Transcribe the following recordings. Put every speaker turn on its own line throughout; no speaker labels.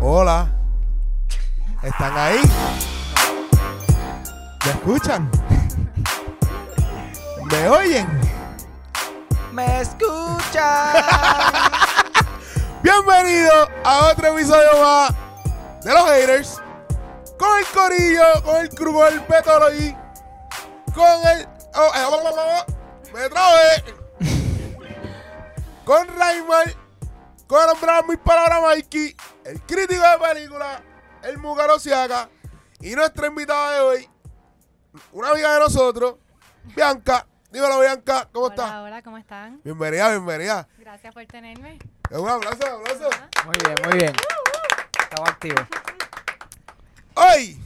Hola. ¿Están ahí? ¿Me escuchan? ¿Me oyen?
Me escuchan.
Bienvenido a otro episodio más de los haters. Con el corillo, con el crew, con el pétalo y con el. oh, eh, bla, bla, bla, bla, ¡Me trae! con Raymond, con el hombre de mis palabras Mikey, el crítico de película, el Mugaro Siaka y nuestra invitada de hoy, una amiga de nosotros, Bianca. Dímelo, Bianca, ¿cómo
hola,
estás?
Hola, ¿cómo están?
Bienvenida, bienvenida.
Gracias por tenerme.
Un abrazo, un abrazo.
Ajá.
Muy bien, muy bien. Estamos activos.
Hoy.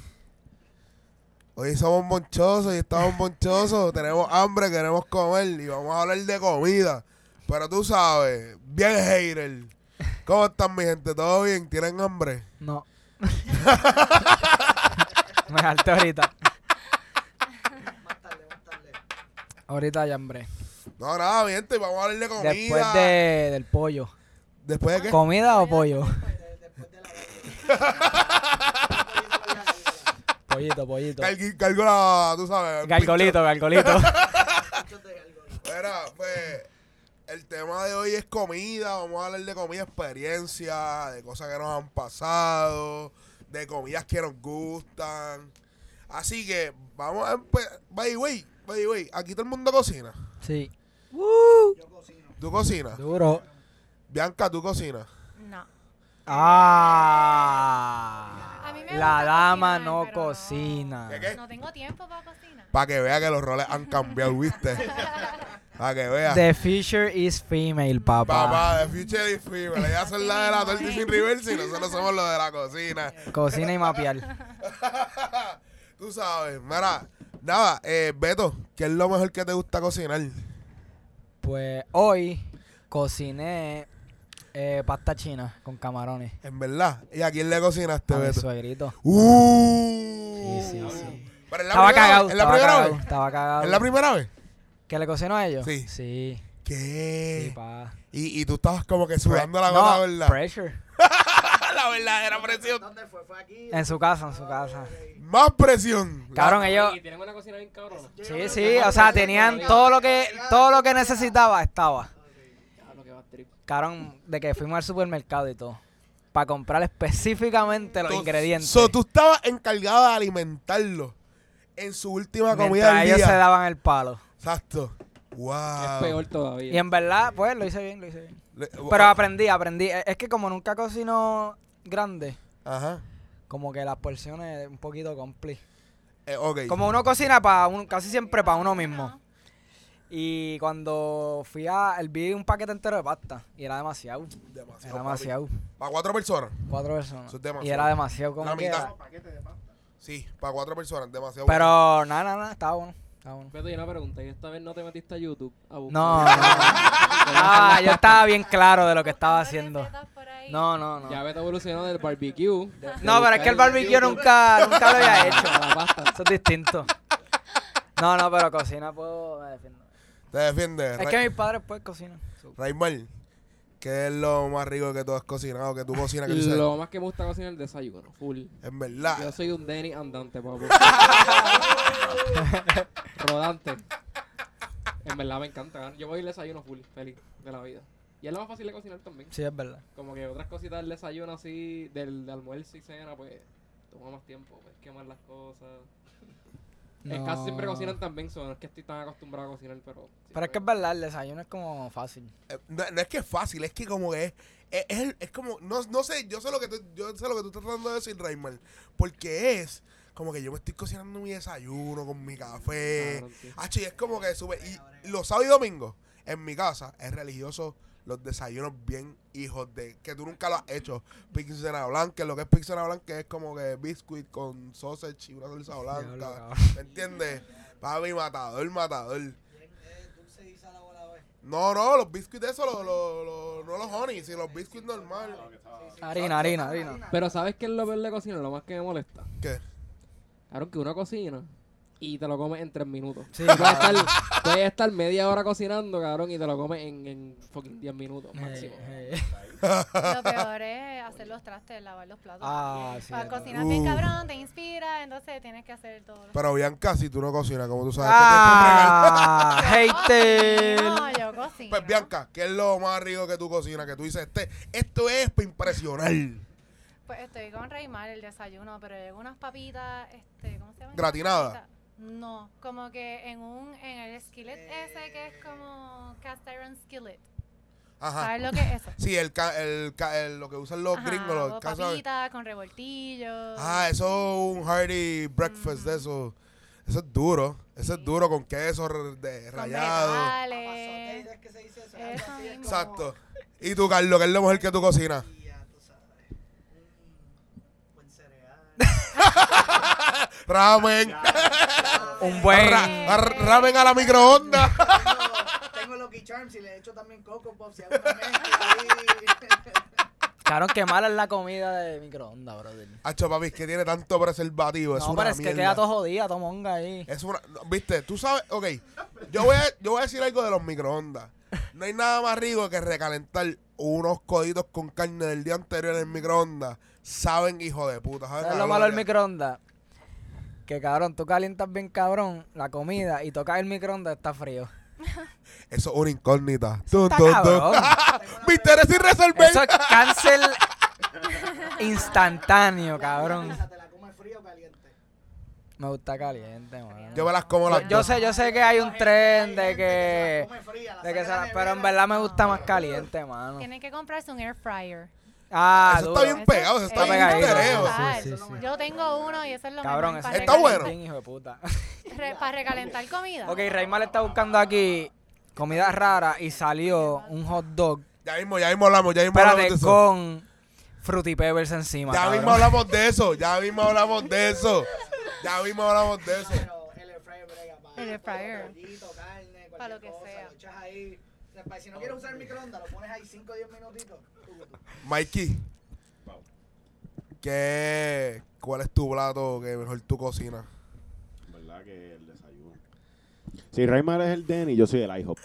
Hoy somos monchosos y estamos monchosos. Tenemos hambre, queremos comer y vamos a hablar de comida. Pero tú sabes, bien hater. ¿Cómo están mi gente? ¿Todo bien? ¿Tienen hambre?
No. Me salté ahorita. Más tarde, más tarde. Ahorita ya, hombre.
No, nada, mi gente, vamos a hablar de comida.
Después de, del pollo.
¿Después de qué?
¿Comida o pollo? pollito, pollito.
Cargui- Cargo la, tú sabes.
Gargolito, gargolito.
Mira, pues el tema de hoy es comida. Vamos a hablar de comida, experiencia, de cosas que nos han pasado, de comidas que nos gustan. Así que vamos a empezar. By the way, by the way, aquí todo el mundo cocina.
Sí.
Uh. ¿Tú cocinas?
Duro.
Bianca, ¿tú cocinas?
No.
Ah.
A mí me
La
gusta
dama
cocinar,
no
pero no.
cocina.
¿Qué, qué?
No tengo tiempo para cocinar.
Para que vea que los roles han cambiado, ¿viste? Para que vea.
The Fisher is female, papá.
Papá, de Future y Fever. Ellas son la de la torta y sin reversa y nosotros somos los de la cocina.
Cocina y mapear.
Tú sabes, mira, nada, eh, Beto, ¿qué es lo mejor que te gusta cocinar?
Pues hoy cociné eh, pasta china con camarones.
En verdad. ¿Y a quién le
A
cocinaste,
mi
Beto?
suegrito.
¡Uh!
Sí, sí, sí.
Pero es la
Estaba
primera
cagado.
vez, ¿Es la
estaba
primera
cagado,
vez?
Estaba cagado.
¿Es la primera vez?
¿Que le cocinó a ellos?
Sí.
Sí. Sí,
¿Qué?
pa.
Y, y tú estabas como que
Pre-
sudando la
no,
gota, ¿verdad?
pressure.
la verdad, era presión.
En su casa, en su casa.
Más presión.
Cabrón, ellos.
Y tienen una cocina bien cabrona.
Sí, sí, o sea, tenían todo lo que todo lo que necesitaba estaba.
Claro que va a trip.
Cabrón, de que fuimos al supermercado y todo para comprar específicamente los
Tú-
ingredientes.
So, tú estabas encargada de alimentarlo en su última comida
mientras
del
ellos
día.
se daban el palo.
Exacto. Wow.
Es peor
Ah. Y
todavía.
en verdad, pues lo hice bien, lo hice bien.
Le- ah,
Pero aprendí, aprendí. E, Es es que como nunca cocino grande,
Ajá.
como que las porciones un poquito compli.
Eh, ok.
Como uno cocina para uno, casi siempre para uno mismo. Y cuando fui a, el vi un paquete entero de pasta y era demasiado.
Demasiado.
Era demasiado.
Para cuatro personas.
Cuatro personas.
Eso es demasiado.
Y era demasiado como
La
que
mitad.
era.
Sí, para cuatro personas. Demasiado.
Pero nada, nada, nada, estaba bueno. Estaba bueno.
Beto, y una pregunta. ¿Y esta vez no te metiste a YouTube a buscar?
No, no. Ah, yo estaba bien claro de lo que estaba haciendo.
Recetas por ahí.
No, no, no.
Ya Beto evolucionó del barbecue. de- de
No, pero es que el barbecue nunca, nunca lo había hecho.
A la pasta.
Eso es distinto. No, no, pero cocina puedo. me defiendo.
Te defiende.
Es que mis padres pues cocinan. So,
Raymond, ¿qué es lo más rico que tú has cocinado? Que tú cocinas, que tú dices,
Lo más que me gusta cocinar es el desayuno. Full.
En
Yo
verdad.
soy un Denny andante, papá. Rodante. En verdad me encanta. Yo voy al desayuno full, feliz de la vida. Y es lo más fácil de cocinar también.
Sí, es verdad.
Como que otras cositas del desayuno así, del, del almuerzo y cena, pues toma más tiempo, pues quemar las cosas. En casa siempre
No.
cocinan también, so, no es que estoy tan acostumbrado a cocinar, pero. pues, ah,
Pero es que es verdad, el desayuno es como fácil.
Eh, No, no es que es fácil, es que como que es. Es, es- es como. No, no sé, yo sé lo que tú, yo sé lo que tú estás tratando de decir, Raymond. Porque es. Como que yo me estoy cocinando mi desayuno con mi café.
eh,
Cabrón, tío.
Hacho, y es como que sube. Y los sábados y domingos, en mi casa, es religioso los desayunos bien hijos de que tú nunca lo has hecho. Pixena blanca, lo que es pixena blanca es como que biscuit con sausage y una salsa
Diablo,
blanca.
cabrón.
¿Me entiendes? Papi, matador, matador.
Es dulce y salado a la vez.
No, no, los biscuits de esos, los, los- los- no los honey, sino los biscuits normales.
Harina, harina, harina.
Pero ¿sabes qué es lo peor de cocina? Lo más que me molesta.
¿Qué?
Claro que uno cocina y te lo comes en tres minutos.
Sí,
Puedes estar, puedes estar media hora cocinando, cabrón, y te lo comes en, en fucking 10 minutos máximo.
Eh, eh.
Lo peor es hacer los trastes, lavar los platos.
Ah, sí.
Para
es
cocinar bien
Uh.
cabrón, te inspira, entonces tienes que hacer todo.
Pero Bianca, si tú no cocinas, como tú sabes, te
Ah,
Yo
hater.
cocino, yo cocino.
Pues Bianca, ¿qué es lo más rico que tú cocinas? Que tú dices, este, esto es para impresionar.
Pues estoy con Reymar el desayuno, pero llevo unas papitas, este, ¿cómo se llama?
¿Gratinadas?
No, como que en un, en el skillet ese que es como cast iron skillet.
Ajá.
¿Sabes lo que es eso?
Sí, el, ca- el, ca- el- lo que usan los
Ajá,
gringos, los
hago
casas-
papitas con revoltillos.
Ah, eso es un hearty breakfast de eso. Eso es duro. Eso es duro con queso r- de,
con
rallado.
vegetales.
que se dice eso.
Eh, Eso
Así es
mismo.
como-
Exacto. ¿Y tú, Carlos, qué es lo mejor que tú cocinas?
Y ya tú sabes. Un buen cereal.
Ramen.
Un buen.
Ra- ra- ramen a la microondas.
Tengo- Tengo Lucky Charms y le echo también Coco Pops y hago una mezcla ahí.
Claro, que mala es la comida de microondas, brother.
Hacho, papi, es que tiene tanto preservativo. Es
No,
una
pero es que
mierda.
queda todo jodida, todo monga ahí.
Es una. no, Viste, tú sabes. Ok. Yo voy, a, yo voy a decir algo de los microondas. No hay nada más rico que recalentar unos coditos con carne del día anterior en el microondas. Saben, hijo de puta. Saben
¿Sabes
a
lo malo del
gloria.
microondas? Que cabrón, tú calientas bien cabrón la comida y tocas el microondas, está frío.
Eso es una incógnita. Tun,
Está
tun, tun.
cabrón.
Viste, eres sin resolver.
Eso es cáncer instantáneo, cabrón.
¿Te la comes frío o caliente?
Me gusta caliente, mano.
Yo me las como
Yo,
las
yo
dos.
sé, yo sé que hay un tren de
Hay gente se la
que.
come fría, la
de que se
saca de
la-
la
pero en
nevera.
verdad me gusta más caliente, mano.
Tienen que comprarse un air fryer.
Ah,
Eso está
duro.
bien pegado, eso está
es
bien
brutal.
pegadito. Sí, sí, sí.
Yo tengo uno y eso es lo
Cabrón,
mejor.
ese
para
Está
es
bueno.
bien, hijo de puta.
re- para recalentar comida.
ok, Raymal está buscando aquí comida rara y salió un hot dog.
Ya mismo, ya mismo hablamos, ya mismo hablamos de
Espérate,
eso.
con Fruity Pebbles encima.
Ya
cabrón.
mismo hablamos de eso. Ya mismo hablamos de eso. Ya mismo hablamos de eso.
Pero el air fryer brega para
El air fryer.
pollito, carne,
Pa' lo
cualquier
que
cosa,
sea.
lo echas ahí. O sea, pa- si no quieres usar el microondas, lo pones ahí 5 o 10 minutitos. Tú, tú.
Mikey. ¿Qué? ¿Cuál es tu plato que mejor tú cocinas?
¿Verdad que el desayuno? Si Raymar es el Denny, yo soy el IHOP.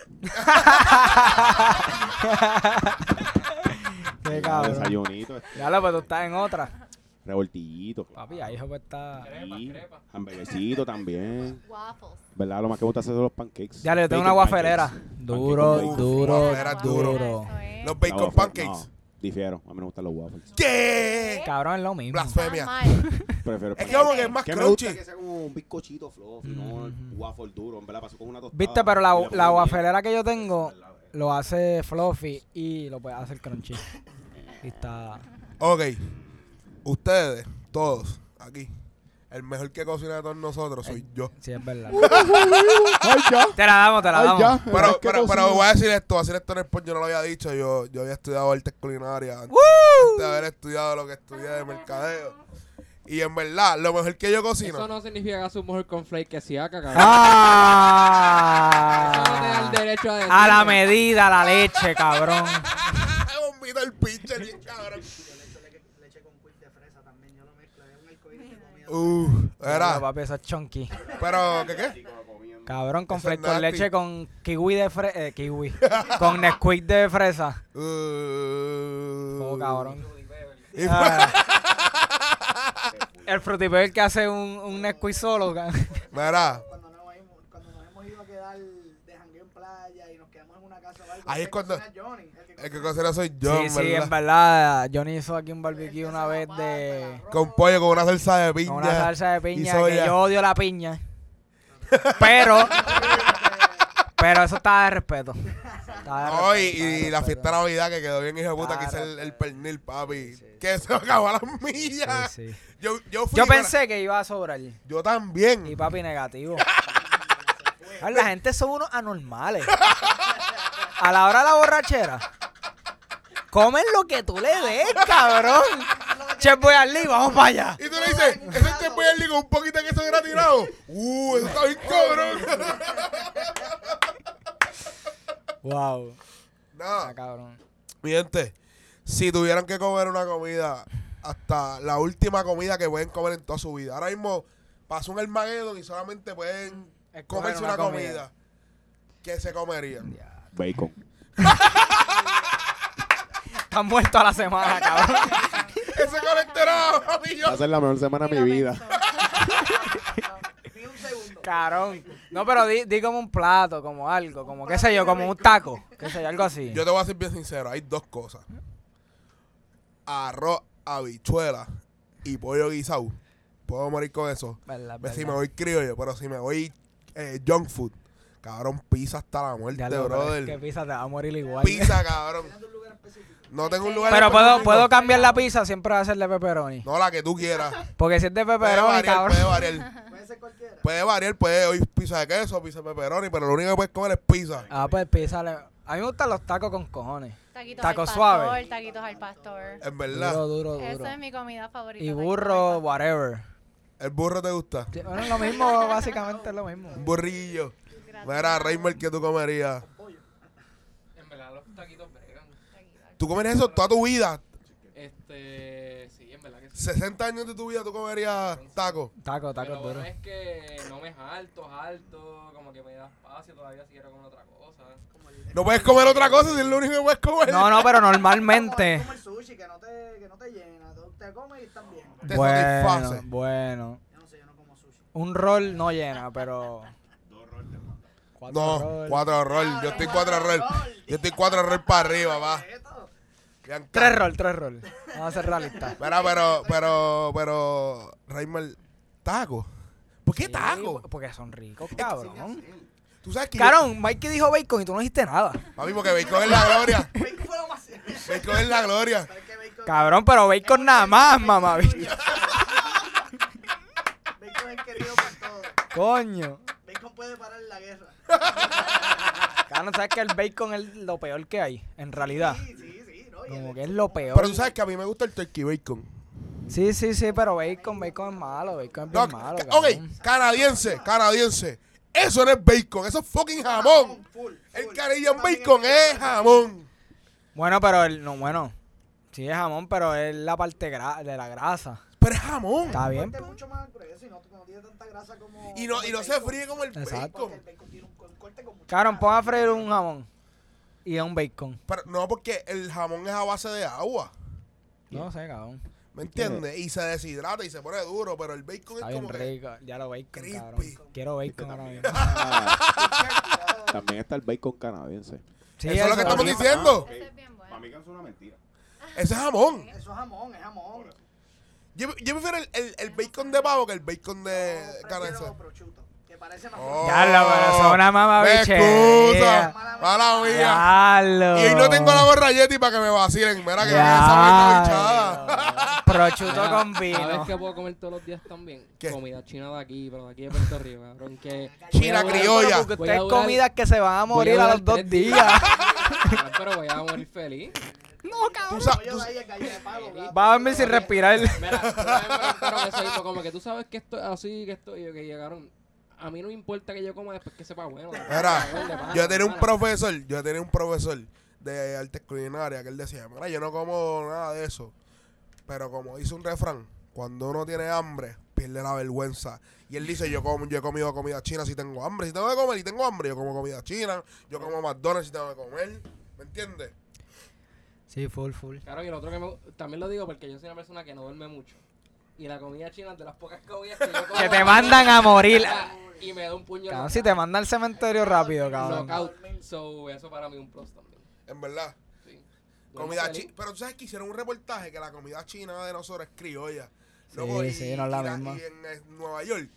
Qué
El
cabrón.
Desayunito, este,
Ya lo, pero tú estás en otra.
revoltillito.
Papi, ahí hijo pues está.
y
crepa.
Hamburguesito también.
Waffles.
¿Verdad? Lo más que me gusta hacer son los pancakes.
Ya le tengo una
Bacon
guafelera.
pancakes.
Duro,
Pancakes con
duro,
Era
Waffles,
duro.
duro.
eso es.
Los
bacon.
bacon
No, pues,
pancakes.
no, difiero. A mí me gustan los waffles.
¿Qué?
Cabrón, es lo mismo.
Blasfemo.
Está
Femia.
mal.
Prefiero
Es que como que es más
Que me gusta
crunchy.
que sea como un bizcochito fluffy, no el waffle duro. En verdad, pasó con una tostada.
Mm-hmm. Viste, pero
y
la,
pongo
la
miel.
wafelera que yo tengo
Verdad, eh.
lo hace fluffy y lo puede hacer crunchy. Y está.
Ok. Ustedes, todos, aquí. El mejor que cocina de todos nosotros soy yo.
Sí, es verdad.
¡Ay, ya!
Te la damos, te la
¡Ay,
damos.
ya!
Pero,
¿Qué
pero, pero
cocina?
voy a decir esto, voy a decir esto en el pod, yo no lo había dicho, yo, yo había estudiado artes culinarias antes, antes de haber estudiado lo que estudié de mercadeo. Y en verdad, lo mejor que yo
Eso
cocino,
no significa que hagas un mejor cornflake que si acá, cabrón. Eso no te da el
¡Ah!
derecho a decir.
A la medida, la leche, cabrón.
bombito el pinche bien cabrón.
Yo le echo leche, leche con quick de fresa también. Yo lo mezclo. Es un arcoíris de comida.
Uh,
Pero,
era,
papi, eso es chunky.
pero, ¿qué qué?
Cabrón, con,
Eso es
fle- con
nasty.
leche con kiwi de fresa. Eh, kiwi. con Nesquik de fresa.
Uh,
Oh, cabrón.
Y fue-
Ah. el frutipel que hace un, un Nesquik solo. ca-
pues, Mira,
Cuando nos, hemos, cuando nos hemos ido a quedar de jangueo en playa y nos quedamos en una casa o algo.
Ahí
el
es
que
cuando-
cocina Johnny, el que
el que
cocina-
cocina soy yo,
Sí,
en
sí,
verdad.
en verdad. Johnny hizo aquí un
el que
barbecue
hace
una
la
vez
pasta, el
de.
arroz.
Con pollo, con una salsa de piña.
Con una salsa de piña. Que
soya.
yo odio la piña. Pero. pero eso está de respeto. Está de
No, y,
respeto, está de
y la
respeto.
fiesta de Navidad que quedó bien, hijo de puta, que hice el, el pernil, papi. que se acabó a las millas.
Sí, sí.
Yo, yo fui.
Yo
mira,
pensé que iba a sobrar.
Yo también.
Y papi negativo. Ay, La gente son unos anormales. A la hora de la borrachera, comen lo que tú le des, cabrón. Chef Boyardee, vamos para allá.
Y tú le dices, eso es Chef Boyardee con un poquito que queso gratinado. Uh, eso está bien cabrón.
Wow.
Nada,
Ah, cabrón.
mi gente, si tuvieran que comer una comida hasta la última comida que pueden comer en toda su vida. Ahora mismo pasó un Armageddon y solamente pueden
Es comer
comerse
una
una
comida.
comida. ¿Qué se comerían?
Bacon.
Están muertos a la semana, cabrón.
Ese colesterol, amigo.
Va a ser la mejor semana de mi vida.
Ni un segundo.
Cabrón. No, pero di, di como un plato, como algo, como qué sé yo, como un taco. Qué sé yo, algo así.
Yo te voy a ser bien sincero, hay dos cosas. Arroz, habichuela y pollo guisado. Puedo morir con eso. Ve
Verdad,
Si
verdad.
pues me voy criollo, pero si me voy eh, junk food, cabrón, pizza hasta la muerte,
Ya lo- pero es
brother.
que pizza te va a morir igual.
Pizza, cabrón. No tengo un lugar
Pero puedo,
específico.
puedo cambiar la pizza, siempre va a ser de pepperoni.
No, la que tú quieras.
Porque si es de
Puede
pepperoni,
variar,
cabrón.
puede variar.
Puede ser cualquiera.
Puede variar, puede hoy pizza de queso, pizza de pepperoni, pero lo único que puedes comer es pizza.
Ah, pues pizza. le- A mí me gustan los tacos con cojones.
Taquitos
Taco
al pastor,
suave.
taquitos al pastor.
En verdad.
Duro, duro, duro.
Esa es mi comida favorita.
Y
taquitos
burro,
al pastor.
whatever.
¿El burro te gusta?
Sí, Bueno, lo mismo, básicamente es lo mismo.
Un burrillo.
Gracias.
Mira, Reimer, ¿qué tú comerías?
En verdad, los taquitos bregan.
Tú comerías eso toda tu vida.
Este. Sí, en verdad que sí.
60 años de tu vida tú comerías taco.
Taco,
Pero
taco
lo bueno
duro.
es que no me jalto, jalto, como que me da espacio todavía si quiero comer otra cosa.
No puedes comer otra cosa si es lo único que puedes comer.
No, no, pero
Es
normalmente.
como el sushi, que no te, que no te llena. Tú te comes y estás bien.
Te
Bueno,
satisface.
bueno.
Yo no sé, yo no como sushi.
Un rol no llena, pero. Cuatro
No,
roll.
cuatro rol. Yo estoy cuatro rol. Yo estoy cuatro rol para arriba, va.
Esto.
Bianca.
Tres rol, tres rol. Vamos a ser realistas.
Mira, pero, pero, pero, Reimer, taco. ¿Por qué taco?
Sí, Porque son ricos, cabrón.
Tú sabes que yo- Ah,
Cabrón, Mikey dijo bacon y tú no dijiste nada.
Papi, porque Bacon es la gloria.
Bacon fue lo más.
Bacon es la gloria.
Pero es que bacon-
Cabrón, pero bacon nada más, mamá. bicho.
Bacon es querido por todos.
Coño.
Bacon puede parar la guerra.
Cabrón, sabes que el bacon es lo peor que hay, en realidad.
Sí, sí, sí. No, y
Como
el-
que es lo peor.
Pero tú sabes que a mí me gusta el turkey bacon.
Sí, sí, sí, pero bacon, bacon es malo, bacon es
No,
bien malo,
ok,
cabrón.
canadiense, canadiense. Eso no es bacon, eso es fucking jamón.
Full,
El
full.
Canadian
También
bacon eh. es jamón.
Bueno, pero el, no, bueno. Sí es jamón, pero es la parte gra- de la grasa.
Pero es jamón.
Está
El
bien.
corte es mucho más grueso y no, no tiene tanta grasa como.
Y no,
como
y
el
no se
bacon.
fríe como el
Exacto.
Porque el
bacon.
bacon tiene un co- corte con mucha
Cabrón,
grasa.
pon a freír un jamón y un bacon.
Pero no, porque el jamón es a base de agua.
No sé, cabrón.
¿Me entiendes? Y se deshidrata y se pone duro, pero el bacon
Está
es
bien
como que...
rico. Ya lo bacon,
crispy.
cabrón. Quiero bacon ahora mismo.
Ah,
Exacto.
también está el bacon canadiense.
Sí,
Eso es lo que estamos
sí.
diciendo.
Ese es bien bueno.
Para mí que es una mentira.
Ese es jamón.
Eso es jamón, es jamón.
Yo, yo prefiero el, el- el bacon de pavo que el bacon de
Yo
canadiense.
prefiero prosciutto, que parece más
Oh.
Ya lo, pero eso es una mamá
Me excusa.
bichería.
Mala mía.
Ya
Y hoy no tengo la gorra Yeti para que me vacilen. Mira que viene esa bonita bichada.
bichada. Prochuto
Mira,
con
¿Sabes
vino.
qué puedo comer todos los días también?
¿Qué?
Comida china de aquí, pero de aquí de Puerto Rico, cabrón. Que
China
voy a durar-
criolla.
Porque
Voy
ustedes
a durar-
comidas que se van a
voy
morir a
durar
los dos
tres
días.
Cabrón, pero voy a morir feliz.
Tú
Yo
sabes, tú,
de ahí el gallo de palo, ¿verdad?
Va a dormir sin respirar.
Mira, una vez me preguntaron eso, y fue como que tú sabes que esto es así, que esto, y yo que llegaron. A mí no me importa que yo coma después que sepa bueno. Cabrón, de
Mira,
pana,
yo tenía un
de pana.
profesor, yo tenía un profesor de artes culinarias que él decía, mira, yo no como nada de eso. Pero como dice un refrán, cuando uno tiene hambre, pierde la vergüenza. Y él dice, yo como, yo he comido comida china si tengo hambre, si tengo que comer y tengo hambre, yo como comida china, yo como McDonald's si tengo que comer, ¿me entiendes?
Sí, full, full.
Claro, y el otro que me- también lo digo porque yo soy una persona que no duerme mucho. Y la comida china es de las pocas comidas que yo como.
Que te mandan a morir.
Y me da un puño en la
Cabrón, si te manda al cementerio rápido, cabrón.
Knockout. So, eso para mí es un plus también.
En verdad.
Sí.
Comida
Feliz.
china. Pero tú sabes que hicieron un reportaje que la comida china de nosotros es criolla.
Sí, sí, no es la
y
misma.
y en eh, Nueva York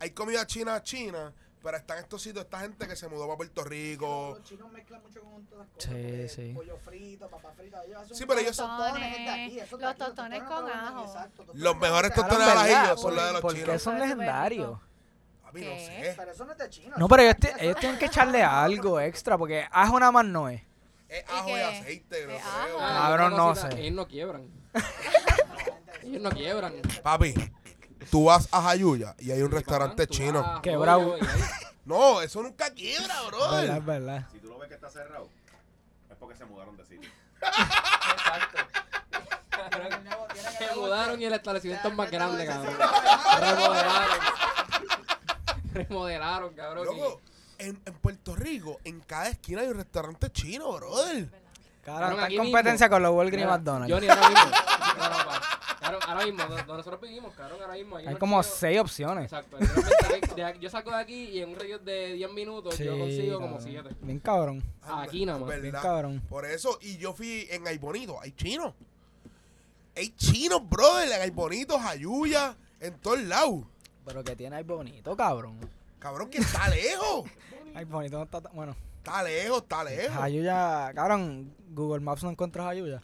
hay comida china china, pero están estos sitios, esta gente que se mudó para Puerto Rico.
Los chinos mezclan mucho con todas las
Sí,
cosas. porque
sí.
Pollo frito, papa frita. ellos hacen
Sí,
un-
pero ellos son-
tostones, es de aquí, eso es de
Los
aquí, los
tostones
no
con
lo venden,
ajo.
exacto, tostones
Los mejores
no lo
tostones
venden.
al
¿verdad?
ajillo son los de los
Porque
chinos.
son legendarios.
A mí no
¿Qué?
sé.
Pero eso no es de chino.
No, pero ellos, ti- ellos tienen que echarle algo extra porque haz una más no es.
Es ajo y,
qué?
aceite, bro.
Es ajo.
creo.
Cabrón,
Ah, yo
no
conocí-
sé.
Ellos no quiebran. ellos no quiebran.
Papi, tú vas a Jayuya y hay un restaurante
Ah,
chino.
Quebrado.
No, eso nunca quiebra, bro.
Es verdad.
Si tú lo ves que está cerrado, es porque se mudaron de sitio.
Exacto. Cabrón, Se mudaron y el establecimiento es más grande, cabrón. Remodelaron. Remodelaron, cabrón.
Loco,
y-
en, en Puerto Rico, en cada esquina hay un restaurante chino, brother.
Cabrón, está
aquí
en competencia
mismo.
con los Walgreens y
Mira,
McDonald's.
Johnny, ahora mismo. No, no, pa. Cabrón, ahora mismo, donde nosotros vivimos, cabrón, ahora mismo.
Hay
unos
como
chinos-
seis opciones.
Exacto. literalmente, de aquí- Yo saco de aquí y en un radio de 10 minutos yo
Sí,
consigo como
cabrón.
7.
Bien cabrón.
Aquí nada más,
¿Verdad?
bien cabrón.
Por eso, y yo fui en Aybonito, hay chinos. Hay chinos, brother, en Aybonito, Jayuya, en todos lados.
Pero que tiene ahí bonito, cabrón.
Cabrón, que está lejos.
Ay, bonito no está tan. Bueno,
Está lejos, está lejos.
Ayuya, cabrón, Google Maps no encuentras Ayuya.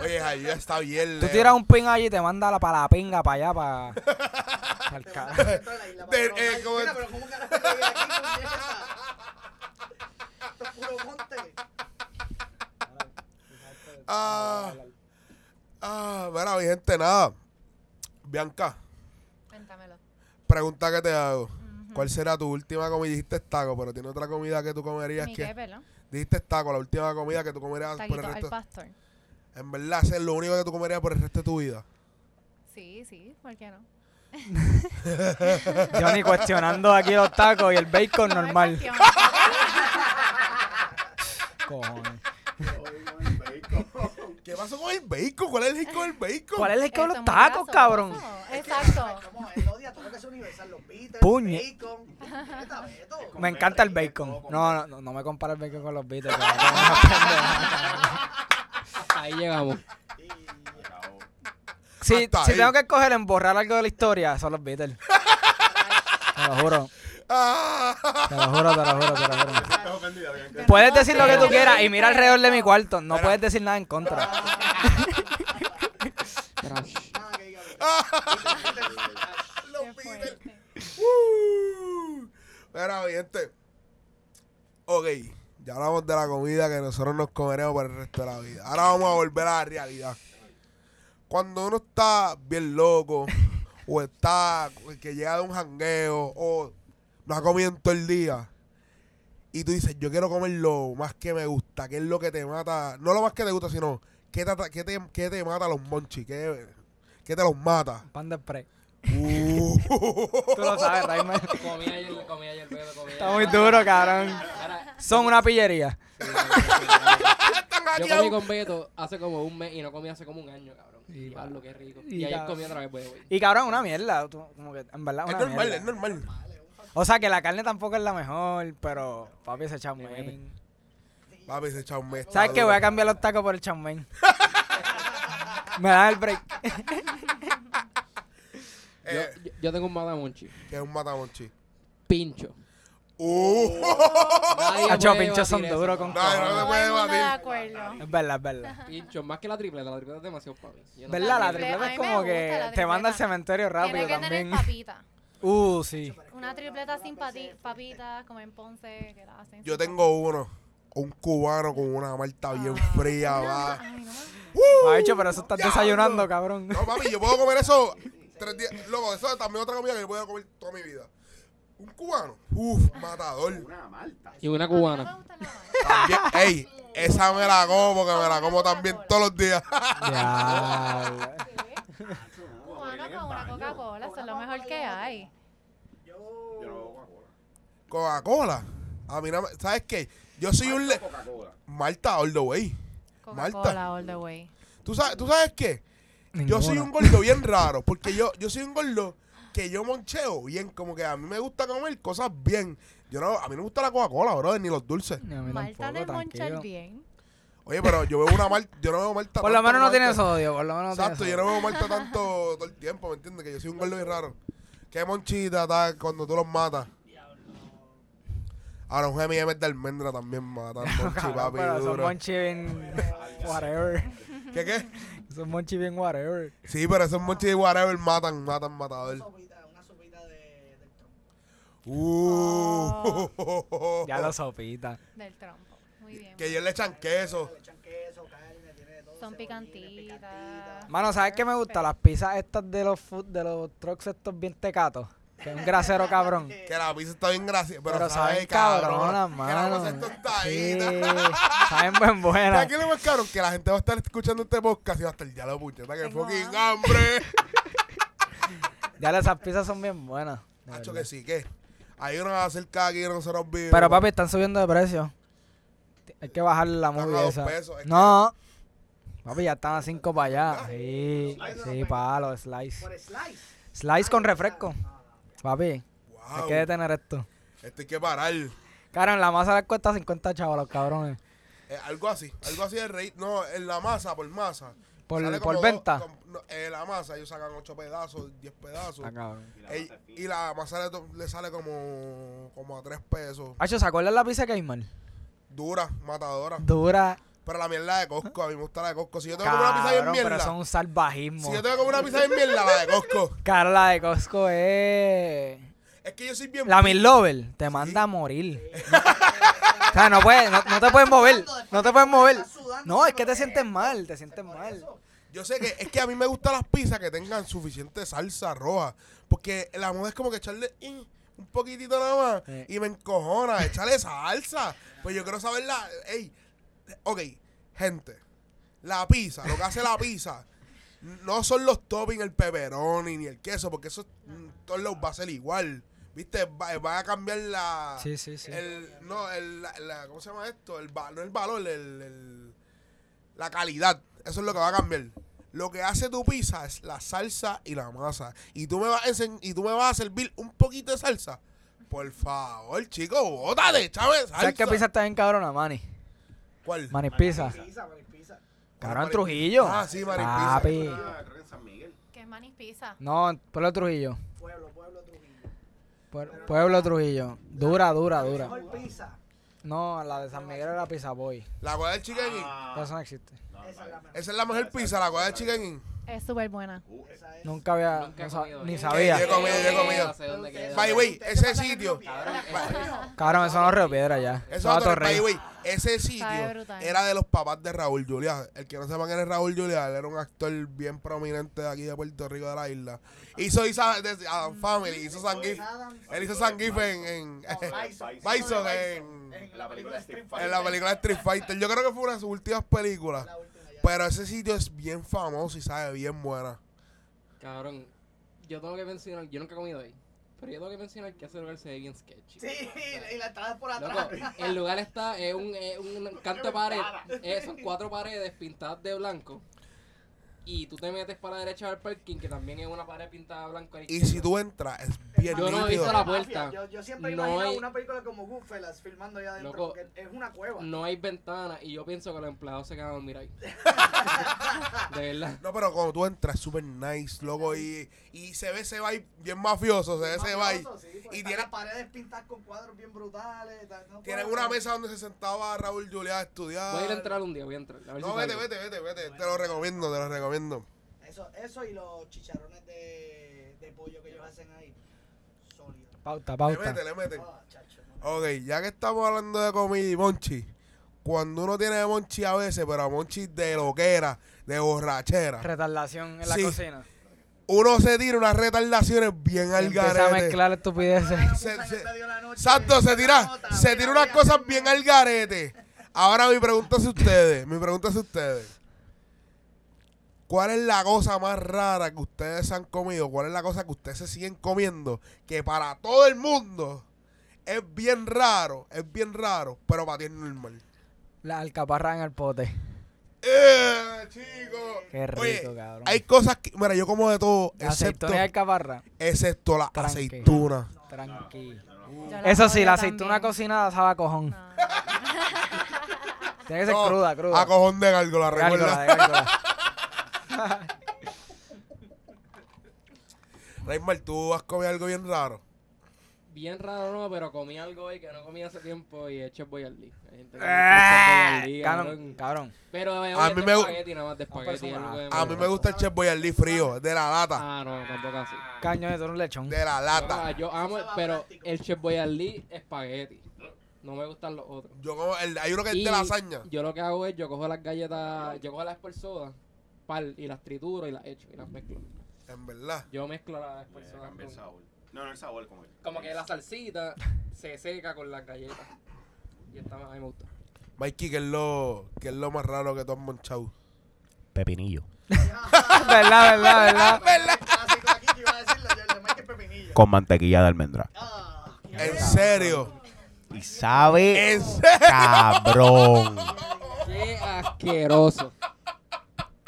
Oye, Jayuya está bien
Tú
lejos.
tiras un pin allí y te manda la, para la pinga, para allá, para. el carajo.
Dentro de la isla,
De-
patrón.
eh,
Ay,
como-
mira, pero ¿cómo carajo te llegué aquí, puñeta? Esto es puro monte.
Ah, ah, mira, mi gente, nada. Bianca,
Cuéntamelo.
pregunta que te hago. ¿Cuál será tu última comida? Dijiste taco, pero tiene otra comida que tú comerías
Mi
que...
jefe, ¿no?
Dijiste taco, la última comida que tú comerías por
Taquito
el
al
resto...
pastor.
En verdad, ese es lo único que tú comerías por el resto de tu vida.
Sí, sí, ¿por qué no?
Johnny cuestionando aquí los tacos y el bacon
No me
normal.
cuestiona.
Cojones.
¿Qué pasó con el bacon? ¿Cuál es el hit con el bacon?
¿Cuál es el que
Esto
con los
es muy
tacos,
grasoso.
cabrón?
Exacto.
Como él odia todo lo que es universal, los Beatles,
Puñe.
bacon. puñeta, Beto.
Me encanta el bacon. No, no, no, no me compara el bacon con los Beatles. cabrón. No,
Hasta ahí llegamos.
si
Hasta
si
ahí.
tengo que escoger en borrar algo de la historia, son los Beatles. Te lo juro,
Ah,
te lo juro, te lo juro, te lo juro.
Estás ofendida, Bianca.
Puedes decir lo que tú quieras y mira alrededor de mi cuarto. No puedes decir nada en contra.
Nada que diga Beto.
los
Qué
Beatles.
fuerte.
Uh. Mira, mi gente. Ok, ya hablamos de la comida que nosotros nos comeremos por el resto de la vida. Ahora vamos a volver a la realidad. Cuando uno está bien loco, o está que llega de un jangueo, o no ha comido en todo el día, y tú dices, yo quiero comer lo más que me gusta, que es lo que te mata, no lo más que te gusta, sino que te, que te, que te mata los monchis, que, que te los mata.
Pan de spray.
Uh.
Tú lo sabes, Raymond.
Comí ayer, comí ayer, pero comí
Está
ayer.
muy duro, cabrón.
Cara,
Son una pillería.
Están
yo
hackeados.
comí con Beto hace como un mes y no comí hace como un año, cabrón.
Y
Y lo que rico.
y
Y ayer
la-
comí otra vez, güey, güey.
Y cabrón, una mierda. tú- Como que, en verdad,
Es
una
normal,
mierda.
es normal.
O sea, que la carne tampoco es la mejor, pero papi, ese
Le
champén.
mete.
Papi, ese chaume está
¿Sabes qué?
duro.
Voy a cambiar los tacos por el champén. Me da el break.
Eh,
Yo, yo- yo tengo un matamonchi.
que es un matamonchi.
Pincho.
Uh,
Nadie
Hacho,
puede
pinchos son
batir eso,
duros con
cabrón.
Nadie,
Todo
no
el
se puede
mundo de
batir.
acuerdo.
Es verdad, es verdad.
Pincho, más que la tripleta. La tripleta es demasiado para mí. Yo no
¿Verdad?
sé.
La
triple- a
tripleta
mí
es
me
como
gusta la
que te
tripleta.
manda al cementerio
Tiene
rápido
que tener
también.
papita.
Uh, sí.
Una tripleta sin pati- papitas, como en Ponce, que la hacen.
yo tengo uno. Un cubano con una malta bien fría, va.
Ay, no.
Ah. Ha hecho, pero eso estás
Diablo.
desayunando, cabrón.
No, papi, yo puedo comer eso tres días. Loco, eso es también otra comida que yo puedo comer toda mi vida. Un cubano. Uf, matador.
Una malta.
Y una
A mí no
cubana.
me gusta nada.
También, ey, esa me la como, que me la como también todos los días.
Diablo.
Cubano con una Coca-Cola, eso es lo mejor que hay.
Yo no bebo Coca-Cola.
Coca-Cola. A mí no me- ¿Sabes qué? Yo soy un... le-
Coca-Cola.
Malta all the way. Malta.
Coca-Cola all the way.
¿Tú sabes, ¿Tú sabes qué? Yo soy un gordo bien raro, porque yo, yo soy un gordo que yo moncheo bien, como que a mí me gusta comer cosas bien. Yo no, a mí no me gusta la Coca-Cola, brother, ni los dulces.
Malta no es monchar bien.
Oye, pero yo veo una malta, yo no veo malta.
Por lo
tanto,
menos no tiene
malta.
sodio, por lo menos no tiene
Exacto, yo
sodio.
no veo malta tanto todo el tiempo, ¿me entiendes? Que yo soy un gordo bien raro. Qué monchita tal, cuando tú los matas. Ahora un M&M de almendra también mata monchi,
Cabrón,
papi,
pero son
duro.
monchi bien whatever.
¿Qué, qué?
Son monchi bien whatever.
Sí, pero esos monchis de whatever matan, matan matador.
Una sopita, una sopita de, del tronco.
Uh.
Oh. Ya lo sopita.
Del trompo. Muy muy bien.
Que ellos le echan queso.
Le echan queso, carne, tiene de todo.
Son
cebollines,
picantitas.
picantitas.
Mano, ¿sabes qué me gusta? Las pizzas estas de los food, de los trucks estos bien tecatos. Que es un grasero cabrón.
Que la pizza está bien graciosa. Pero,
Pero,
sabe,
saben cabronas,
Que la
mano.
cosa es
Sí,
tontadita.
saben bien buenas.
¿Sabes qué es lo más cabrón? Que la gente va a estar escuchando este podcast y va a estar ya lo puñeta. Que
Tengo
fucking
hambre.
hambre.
Ya esas pizzas son bien buenas. de
Hacho
verdad.
que sí, que. Hay una cerca aquí, nosotros vivimos.
Pero papi, están subiendo de precio. T- Hay que bajarle la
Están a
movie
dos
esa.
pesos, es Ah. que-
No. Papi, ya están a cinco para allá. Sí,
Slice.
sí, palo, slice.
Por slice.
Slice con refresco. Papi, hay
Wow,
que detener esto.
Esto hay que parar.
Claro, en la masa les cuesta 50 chavos los cabrones.
Eh, algo así. Algo así de rey. No, en la masa, por masa.
Por,
Sale
por
como
venta.
dos- com- no, eh, la masa, ellos sacan 8 pedazos, 10 pedazos.
Ah, cabrón.
Ey, y la masa le, to- le sale como, como a 3 pesos.
Hacho, ¿se acuerdan la pizza que hay, man?
Dura, matadora.
Dura.
Pero la mierda de Costco, a mí me gusta la de Costco. Si yo tengo que comer una pizza bien
Cabrón, pero
mierda.
son un salvajismo.
Si yo tengo que comer una pizza bien mierda, la de Costco.
Cara, la de Costco es...
Es que yo soy bien.
La Mil Lover te manda a morir. o sea, no, puedes, no, no te puedes mover. No te puedes mover. No, es que te sientes mal, te sientes mal.
Yo sé que es que a mí me gustan las pizzas que tengan suficiente salsa roja. Porque la moda es como que echarle mm, un poquitito nada más.
Sí.
Y me encojona, echarle salsa. Pues yo quiero saber la. Ey, ok, gente. La pizza, lo que hace la pizza. No son los toppings, el pepperoni ni el queso, porque eso mm, todos los va a ser igual. ¿Viste? Va, va a cambiar la.
Sí, sí, sí.
El, no, el, la- la- ¿cómo se llama esto? El, va- no el valor, el- el- la calidad. Eso es lo que va a cambiar. Lo que hace tu pizza es la salsa y la masa. Y tú me vas a, ense- y tú me vas a servir un poquito de salsa. Por favor, chico, bótate, échame salsa.
¿Sabes qué pizza está bien cabrona, Manny?
¿Cuál?
Manny Pizza.
Pizza, por pizza.
Cabrón,
Mari-
Trujillo.
Ah, sí, Mari Pizza.
Papi.
creo que en San Miguel.
Eh,
Que es manis pizza.
No, Pueblo Trujillo.
Pueblo, pueblo, Trujillo.
Pue- Pueblo Trujillo. Dura, dura, dura.
Mejor pizza.
No, la de San Miguel era Pizza Boy.
La cuadra del chicken in.
Pero eso no existe.
Esa es la mejor.
Ah. Esa es la mejor pizza, la cuadra del chicken in.
Es súper buena.
Esa es.
Nunca había,
Nunca he
Ah, no sa-
comido
ni
ahí.
sabía.
Yo he comido, yo he comido.
No sé dónde queda.
By the way,
Ustedes
ese
pasan en
sitio-
Río Piedra.
Cabrón,
Cabrón, eso no es Río Piedra ya.
Eso
Eso es a
es otro
Torrey.
país, güey. Ese sitio
Sabe brutal.
era de los papás de Raúl Juliá. El que no sepa quién es Raúl Juliá, él era un actor bien prominente de aquí de Puerto Rico, de la isla. Hizo Isa, de Adam Family, hizo Sanguif.
Adams,
Él hizo Sanguif en, en,
no, Bison.
Bison, en,
En
La película de Street
en la película Street Fighter. Yo creo que fue una de sus últimas películas.
La última ya.
Pero ese sitio es bien famoso y sabe bien buena.
Cabrón, yo tengo que mencionar, yo nunca he comido ahí. Pero yo tengo que mencionar que ese lugar se ve bien sketchy.
Sí, y la entrada por
Loco,
atrás.
el lugar está, es un, es un canto de pared, eh, son cuatro paredes pintadas de blanco. Y tú te metes para la derecha del parking, que también es una pared pintada de blanco. ahí.
Y si tú entras, es bien
Yo no he
nítido.
visto la puerta.
Yo, yo siempre
No
imagino
hay-
una película como Goodfellas filmando allá adentro,
Loco.
porque es una cueva.
No hay ventana y yo pienso que los empleados se quedan a dormir ahí. De verdad.
No, pero cuando tú entras, súper nice, loco. Y, y se ve ese vibe bien mafioso, se ve ese vibe.
Mafioso, sí, porque
Y
están
tiene-
las paredes pintadas con cuadros bien brutales. tal, no
Tienen
puedo-
una mesa donde se sentaba Raúl Juliá a estudiar.
Voy a ir a entrar un día, voy a entrar. A ver
No,
si
vete,
salgo.
vete, vete, vete. Te lo recomiendo, te lo recomiendo.
Eso, eso y los chicharrones de, de pollo que ellos hacen ahí. Sólidos.
Pauta,
Le
pauta.
meten, le meten.
Ah, chacho, no.
Ok, ya que estamos hablando de comida y monchi, cuando uno tiene monchi a veces, pero a monchi de loquera, de borrachera,
Retardación en la
Sí.
cocina.
uno se tira unas retardaciones bien al
Empieza a
garete.
mezclar estupideces.
se-
Puta,
se-
que te dio la noche.
Exacto, se tira,
Nota,
se
mira,
tira unas
mira,
cosas
mira.
bien al garete. Ahora mi pregunta es a ustedes, mi pregunta es a ustedes. ¿Cuál es la cosa más rara que ustedes han comido? ¿Cuál es la cosa que ustedes se siguen comiendo? Que para todo el mundo es bien raro, es bien raro, pero para ti es normal.
La alcaparra en el pote.
¡Eh, chico!
Qué rico,
Oye,
cabrón.
Hay cosas que, mira, yo como de todo, excepto,
Aceituna y alcaparra.
excepto la
Tranque.
aceituna.
Tranquilo.
Uh.
Yo
Eso sí,
odio
la aceituna
también.
cocinada sabe a cojón.
No.
Tiene que ser
No,
cruda, cruda.
A cojón de gárgola,
De
recuerda.
gárgola, de gárgola.
Raymar, tú has comido algo bien raro.
Bien raro, no, pero comí algo hoy que no comí hace tiempo y he hecho boyardí. Hay gente que le gusta el
Ah,
boyardí,
Cabrón,
cabrón.
cabrón.
Pero me
Eh, A
voy
mí
de
me gu-
espagueti, nada más de espagueti.
personas.
algo que
A mí me gusta el Chef Boyardee frío, de la lata.
Ah, no, tampoco así.
Caño de un lechón.
De la lata.
Ah, yo amo,
Eso va
pero
práctico.
el Chef Boyardee espagueti. No me gustan los otros.
Yo como, el- hay uno que es
Y
de lasaña.
Yo lo que hago es, yo cojo las galletas, yo cojo las espersosas, pal, y las trituro y las echo y las mezclo.
En verdad.
Yo mezclo las
Le
espersosas.
cambia el
con-
sabor. No, no el sabor como el.
Pues Como que la salsita se seca con las galletas. Y esta a mí me gusta.
Mikey, ¿qué es lo, qué es lo más raro que tú has monchado?
Pepinillo.
¿Verdad, verdad, verdad?
Clásico aquí que iba a decirlo yo, el de Mike Pepinillo.
Con mantequilla de almendra.
Ah,
¿En serio?
Y sabe
¿En serio?
cabrón.
¡Qué asqueroso!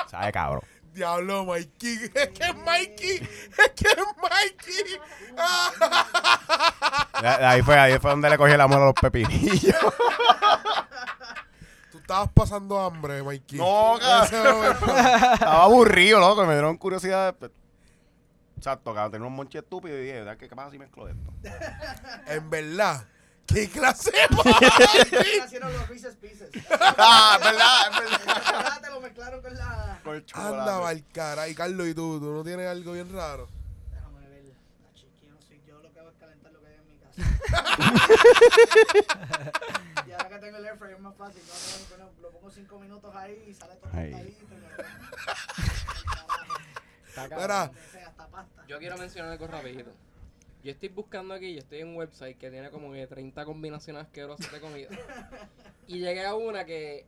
Sabe cabrón.
Diablo, Mikey. Es que es Mikey. Es que es Mikey. Ah,
De- de Ahí fue, ahí fue donde le cogí el amor a los pepinillos.
Tú estabas pasando hambre, Mikey.
No,
En ese momento.
Estaba aburrido, loco. Me dieron curiosidad. Exacto, cabrón. Tenía un monche estúpido y dije, ¿verdad? ¿qué qué pasa si mezclo esto?
En verdad. ¿Qué clase de Mikey?
Hicieron los Reese's Pieces.
ah, es verdad, es verdad.
Ah, Te lo mezclaron con la.
Por el chocolate.
Anda, mal caray, Carlos, ¿y tú? ¿Tú no tienes algo bien raro?
Déjame ver. La chiquillo, si yo lo que hago es calentar lo que hay en mi casa. y ahora que tengo el air fryer es más fácil. No, no, no, lo pongo cinco minutos ahí y sale todo
Ahí.
tostadito, lo-
Está cabrón.
Espera,
lo que sea, hasta pasta.
Yo quiero mencionar algo rapidito. Yo estoy buscando aquí, yo estoy en un website que tiene como que 30 combinaciones asquerosas de comida. Y llegué a una que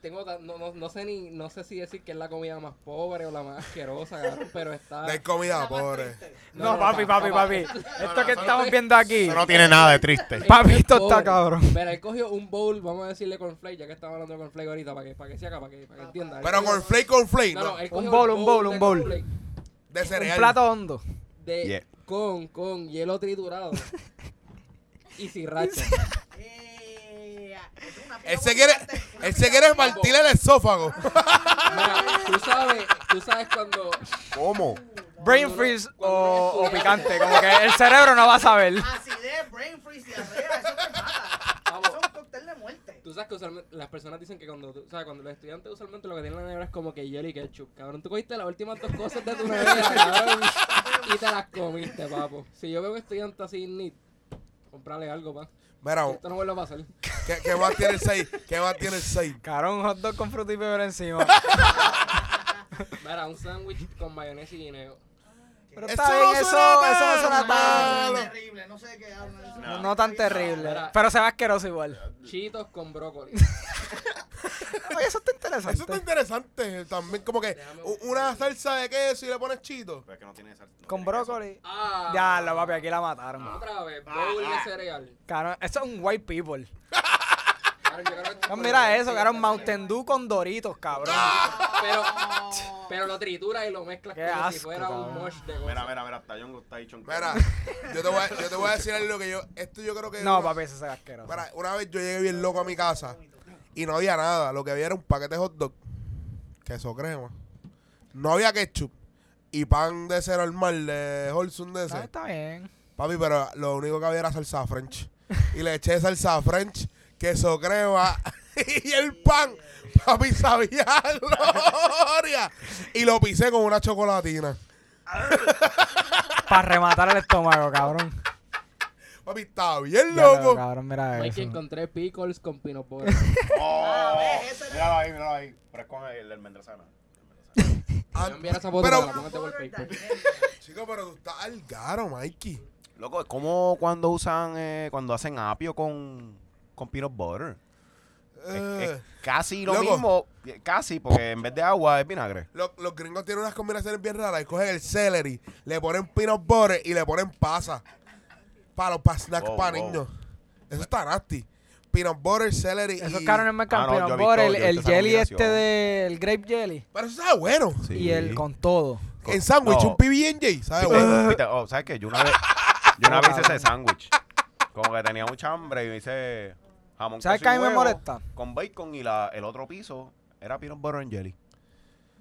tengo ta- no, no, no sé ni no sé si decir que es la comida más pobre o la más asquerosa, cabrón, pero está
no hay comida, pobre.
No, papi, papi, papi. Esto que
no,
estamos viendo aquí.
Eso no tiene nada de triste.
Papi,
es
esto está
pobre.
cabrón.
Pero él cogió un bowl, vamos a decirle cornflake, ya que estaba hablando de cornflake ahorita, para que, para que se haga, para que, para que entienda. Él
Pero
cogió-
con flake, con flake,
No, no,
¿no?
él cogió
bowl, un bowl,
de
un bowl.
cornflake
De
Un
cereal.
plato hondo.
de-
Yeah.
con, con hielo triturado. y sriracha.
Eh, es una
Él
pila
se quiere,
abundante, una
él
pila
se quiere
abundante.
partir el esófago.
Mira, tú sabes, tú sabes cuando
¿Cómo?
Brain
Cuando uno-
freeze
cuando
o,
uno
o
estudia-
picante. Como que el cerebro no va a saber.
Acidez, brain freeze, diarrea, eso te mata.
Vamos.
Eso es un cóctel de muerte.
Tú sabes que usualmente, las personas dicen que cuando, tú- o sea, cuando los estudiantes usualmente lo que tienen en la nevera es como que hielo y ketchup. Cabrón, tú cogiste las últimas dos cosas de tu nevera, cabrón, y te las comiste, papo. Si yo veo un estudiante así, ni comprarle algo, pa.
Mira,
Esto no vuelve a pasar.
¿qué, qué más tiene el 6? ¿Qué más tiene el 6?
Cabrón, un hot dog con fruta y peor encima.
Mira, un sándwich con mayonesa y guineo.
Pero
Eso
está
no
bien, eso,
suena
eso no suena
tan
tan...
malo.
terrible, no sé de qué hablan.
No, tan terrible.
Mira.
Pero se ve asqueroso igual.
Chitos con brócoli.
Oye, eso está
Eso está
interesante.
interesante. También como que u- una salsa de queso y le pones chito.
Pero es que no tiene sal- no
Con
tiene queso.
brócoli.
Ah,
Ya, lo papi, aquí la mataron.
Otra vez,
Ah,
bowl de cereal.
Cabrón, eso es un white people.
Cabrón, yo creo que esto
No,
es
mira
por-
eso, cabrón, Mountain Dew con Doritos, cabrón.
Pero, pero lo trituras y lo mezclas
Qué
como si
asco,
fuera un
cabrón.
mosh de cosas.
Mira, mira, mira, hasta John lo está dicho en
Mira, yo te voy a, yo te voy a decir algo que yo... Esto yo creo que...
No, papi, eso se ve asqueroso.
Mira, una vez yo llegué bien loco a mi casa y no había nada. Lo que había era un paquete de hot dog, queso crema. No había ketchup y pan de cero al mar de Holson de
No,
ese.
está bien.
Papi, pero lo único que había era salsa French. Y le eché salsa French, queso crema y el pan. Papi, sabía gloria. Y lo pisé con una chocolatina.
Para rematar el estómago, cabrón.
Papi, estaba bien
Ya, pero,
loco.
Cabrón, mira
Hay que
eso.
encontré pickles con pinot butter.
Ah,
Oh,
¿ves? Ese
míralo ahí, míralo ahí. Pero es con el, el almendrazana. El almendrazana.
Ah,
Yo enviaré esa foto
pero-
para la pongan de wallpaper.
Chico, pero tú estás al garo, Mikey.
Loco, es como cuando usan, eh, cuando hacen apio con, con peanut butter. Es,
Eh.
es casi lo
Loco.
mismo, eh, casi, porque en vez de agua es vinagre.
Lo- los gringos tienen unas combinaciones bien raras. Y cogen el celery, le ponen peanut butter y le ponen pasa. Para los pa snack
Wow,
para
wow.
niños. Eso está nasty. Peanut butter, celery
Esos
y...
cabrones me
Ah, no, yo he
campeón
visto-
por
yo he
el,
visto
el
esa
jelly este
combinación.
del grape jelly
Pero eso sabe bueno.
y el con todo.
En sándwich,
No.
un PB&J, ¿sabes? Ah, bueno?
Eh.
Viste, viste, oh, ¿sabes qué? Yo una vez, yo una vez hice ese sándwich. Como que tenía mucha hambre y me hice jamón
¿Sabes
queso
qué a
y
mí me
huevo
molesta?
Con bacon y la, el otro piso era peanut butter and jelly.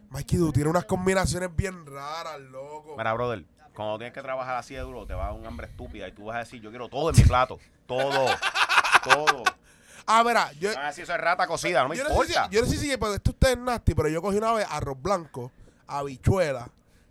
Mikey, tú tienes unas combinaciones bien raras, loco.
Mira, brother, cuando tienes que trabajar así de duro, te va a dar un hambre estúpida y tú vas a decir, yo quiero todo en mi plato. Todo. Todo.
Ah, mira, yo...
Van a decir, eso es rata cocida, no me
yo no, sé
importa.
si, yo no sé si pero esto usted es nasty, pero yo cogí una vez arroz blanco, habichuela,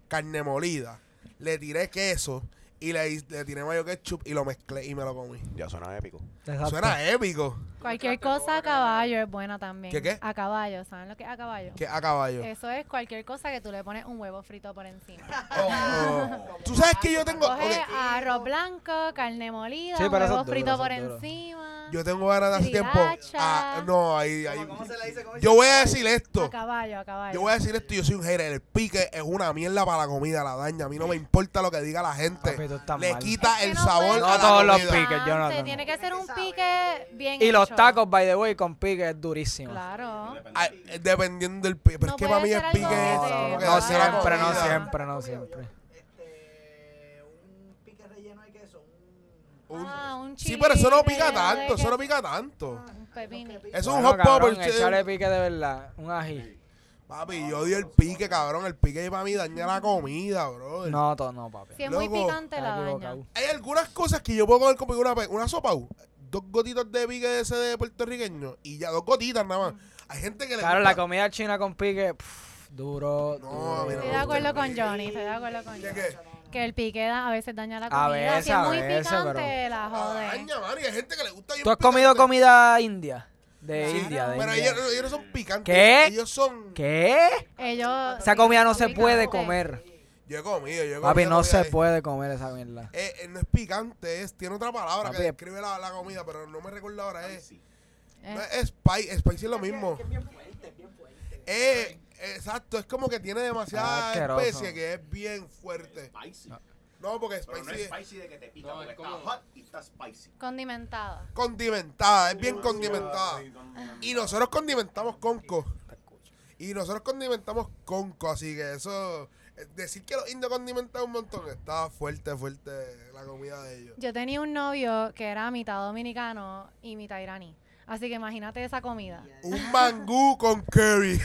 carne molida, le tiré queso y le, hice- le tiré mayo ketchup y lo mezclé y me lo comí.
Ya suena
Ah,
épico.
Exacto.
Suena este. épico.
Cualquier cosa a caballo es buena también.
¿Qué, qué?
A caballo, ¿saben lo que es a caballo?
Que a caballo.
Eso es cualquier cosa que tú le pones un huevo frito por encima.
Oh, oh. Tú sabes que yo tengo.
Coge
ok,
arroz blanco, carne molida,
Sí,
un
pero eso
huevo
es duro,
frito
eso
por
es duro.
encima.
Yo tengo ganas de hace tiempo.
Sriracha.
Ah, no, ahí, ahí.
¿Cómo, cómo se le dice? ¿Cómo se
Yo
dice?
voy a decir esto.
A caballo, a caballo.
Yo voy a decir esto, yo soy un hater. El pique es una mierda para la comida, la daña. A mí no me importa lo que diga la
Papi,
gente.
tú estás
Le
mal.
quita
Es que
el
no
sabor
puedes
a la
todos los
comida.
piques, yo no
Bastante,
tengo.
Tiene que ser un
Tiene que
pique bien
Y los
hecho.
tacos, by the way, con pique es durísimo.
Claro.
Ah, eh, Dependiendo del pique. Pero
No
es que para mí
puede
el
ser algo
pique
de
es.
No,
Sí,
no, no,
como que
claro.
daña la
no siempre, no
comida.
siempre, no
¿Has comido?
siempre.
Este, un pique relleno de queso. Un...
Un-
Ah, un
Sí, pero eso no
chile
pica
de-
tanto, eso no
de-
pica tanto.
Un pepino.
Eso es un
Bueno,
hot eh. popper.
cabrón,
che.
Echarle pique de verdad, un ají.
Papi, yo odio el pique, cabrón. El pique para mí daña la comida, bro.
No, to- no, papi.
Si es muy
Loco,
picante, la
Estás
daña.
equivocado.
Hay algunas cosas que yo puedo comer como una, pe- una sopa, uh, dos gotitas de pique de ese de puertorriqueño y ya, dos gotitas nada más. Hay gente que le
Claro,
gusta-
la comida china con pique, pff, duro,
No, a mí no
duro.
Estoy de
gusta
acuerdo
el
con
pique.
Johnny, estoy de acuerdo con
¿De
Johnny.
qué?
Que el pique da- a veces daña la
A
comida. si
veces,
es
a
muy
veces,
picante,
pero-
la jode.
Araña, mano, y hay gente que le gusta bien
¿Tú has comido
picante.
comida india? De
Sí,
India, de
pero
India.
ellos, ellos no son picantes.
¿Qué?
Ellos son...
¿Qué?
Ellos,
Esa comida no
son
se puede
picantes.
comer.
Yo he comido, yo he comido.
Papi, no
comida
se
de-
puede comer esa mierda.
Eh, eh, no es picante, es, tiene otra palabra que
Papi, es-
describe la, la comida, pero no me recuerdo ahora. Es,
Eh,
no es spicy, spicy es lo mismo.
Bien fuerte, bien fuerte.
Eh, exacto, es como que tiene
Ah,
demasiada
asqueroso.
especie que es bien fuerte.
Spicy.
No, porque
Pero no
spicy
es
Ah,
es
spicy de que te pica,
No,
porque
es
está
como-
hot y está spicy.
Condimentada.
condimentada, es bien condimentada. Y nosotros condimentamos conco. Y nosotros condimentamos conco, así que eso. eh, Decir que los indios condimentan un montón, está fuerte, fuerte la comida de ellos.
Yo tenía un novio que era mitad dominicano y mitad iraní. Así que imagínate esa comida.
Un mangú con curry.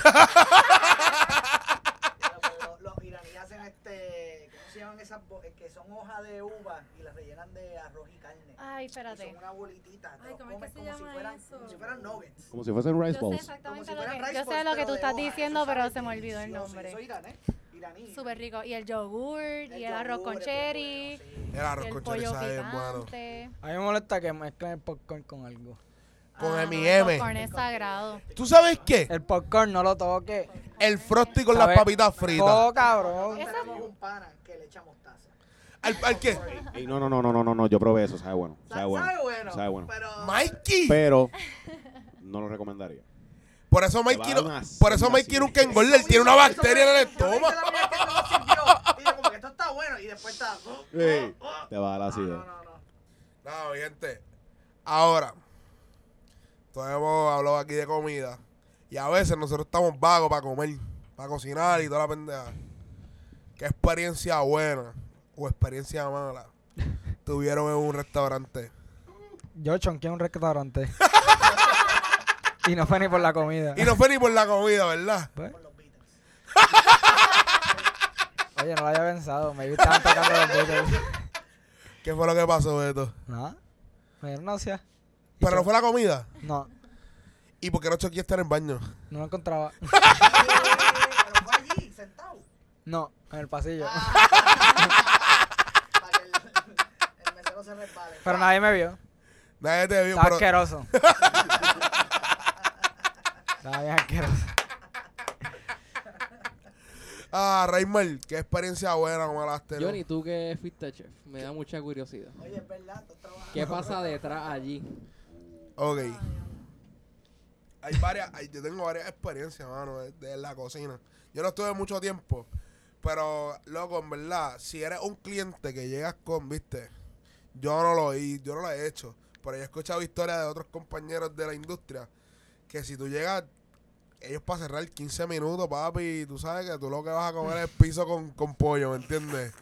Los, los iraníes hacen este. ¿Cómo se llaman esas? bo- eh, Que son hojas de uva y las rellenan de arroz y carne.
Ay,
Y son
Ah, espérate.
una bolitita. Te
Ay,
los
¿cómo es que
comes
se
como si,
llama
fueran,
eso?
como si fueran nuggets.
Como si fuesen
Yo
rice
sé
balls.
Como
exactamente
si
lo
fueran
que...
rice
yo sé
balls,
lo que
pero
tú
de
estás
hoja. Eso
diciendo, pero
sabe
se me olvidó el
delicioso.
nombre.
Eso es iraní. iraní.
Súper rico. Y el yogur, y el
yogur,
arroz con
el
cherry,
yogur, sí.
El
y
arroz
el
con chorizo
pollo
sabe bien bueno.
picante.
A mí me molesta que mezclen el popcorn con algo.
Con
Ah, no,
M&M.
el popcorn es sagrado.
¿Tú sabes qué?
El popcorn no lo toque.
El frosty con
¿Sabes?
las papitas fritas.
Oh, cabrón.
Nosotros tenemos un pana que le echa mostaza.
¿Al, al qué?
Ey, no, no, no, no, no, no, no, yo probé eso, sabe bueno,
Sa-
sabe bueno.
Sabe bueno.
sabe bueno.
Pero.
Mikey.
Pero no lo recomendaría.
Por eso
va
Mikey,
a dar
no-
una
por eso
silla
Mikey
así.
nunca engorda. Él tiene una bacteria en el estómago.
Yo le dije a la mía que no sirvió. Y yo, como que esto está bueno. Y después está. "Oh,
Ey,
oh, oh".
te va a dar
No,
así.
no, no, no.
No, gente. Ahora, todos hemos hablado aquí de comida. Y a veces nosotros estamos vagos para comer, para cocinar y toda la pendeja. ¿Qué experiencia buena o experiencia mala tuvieron en un restaurante?
Yo chonqué en un restaurante. y no fue ni por la comida.
Y no fue ni por la comida, ¿verdad?
Pues,
Por los Beatles.
oye, no lo había pensado. Me estaban tocando los Beatles.
¿Qué fue lo que pasó, Beto?
No, me dieron náusea. Y
Pero no
chon-
fue la comida.
No,
¿Y por qué no choqué estar en el baño?
no lo encontraba.
Pero fue allí, sentado.
No, en el pasillo.
Ah.
Para que el, el mesero se resbale.
Pero nadie me vio.
Nadie te vio,
Estaba
pero
asqueroso. Estaba bien asqueroso.
Ah, Raymond, qué experiencia buena como las tenido.
Johnny, tú que fuiste chef, me da mucha curiosidad.
Oye, es verdad, tú trabajas.
¿Qué pasa detrás allí?
Ok. Hay varias, hay- yo tengo varias experiencias, mano, de, de la cocina. Yo no estuve mucho tiempo, pero, loco, en verdad, si eres un cliente que llegas con, viste, yo no lo he, yo no lo he hecho, pero yo he escuchado historias de otros compañeros de la industria que si tú llegas, ellos para cerrar 15 minutos, papi, tú sabes que tú lo que vas a comer es piso con, con pollo, ¿me entiendes?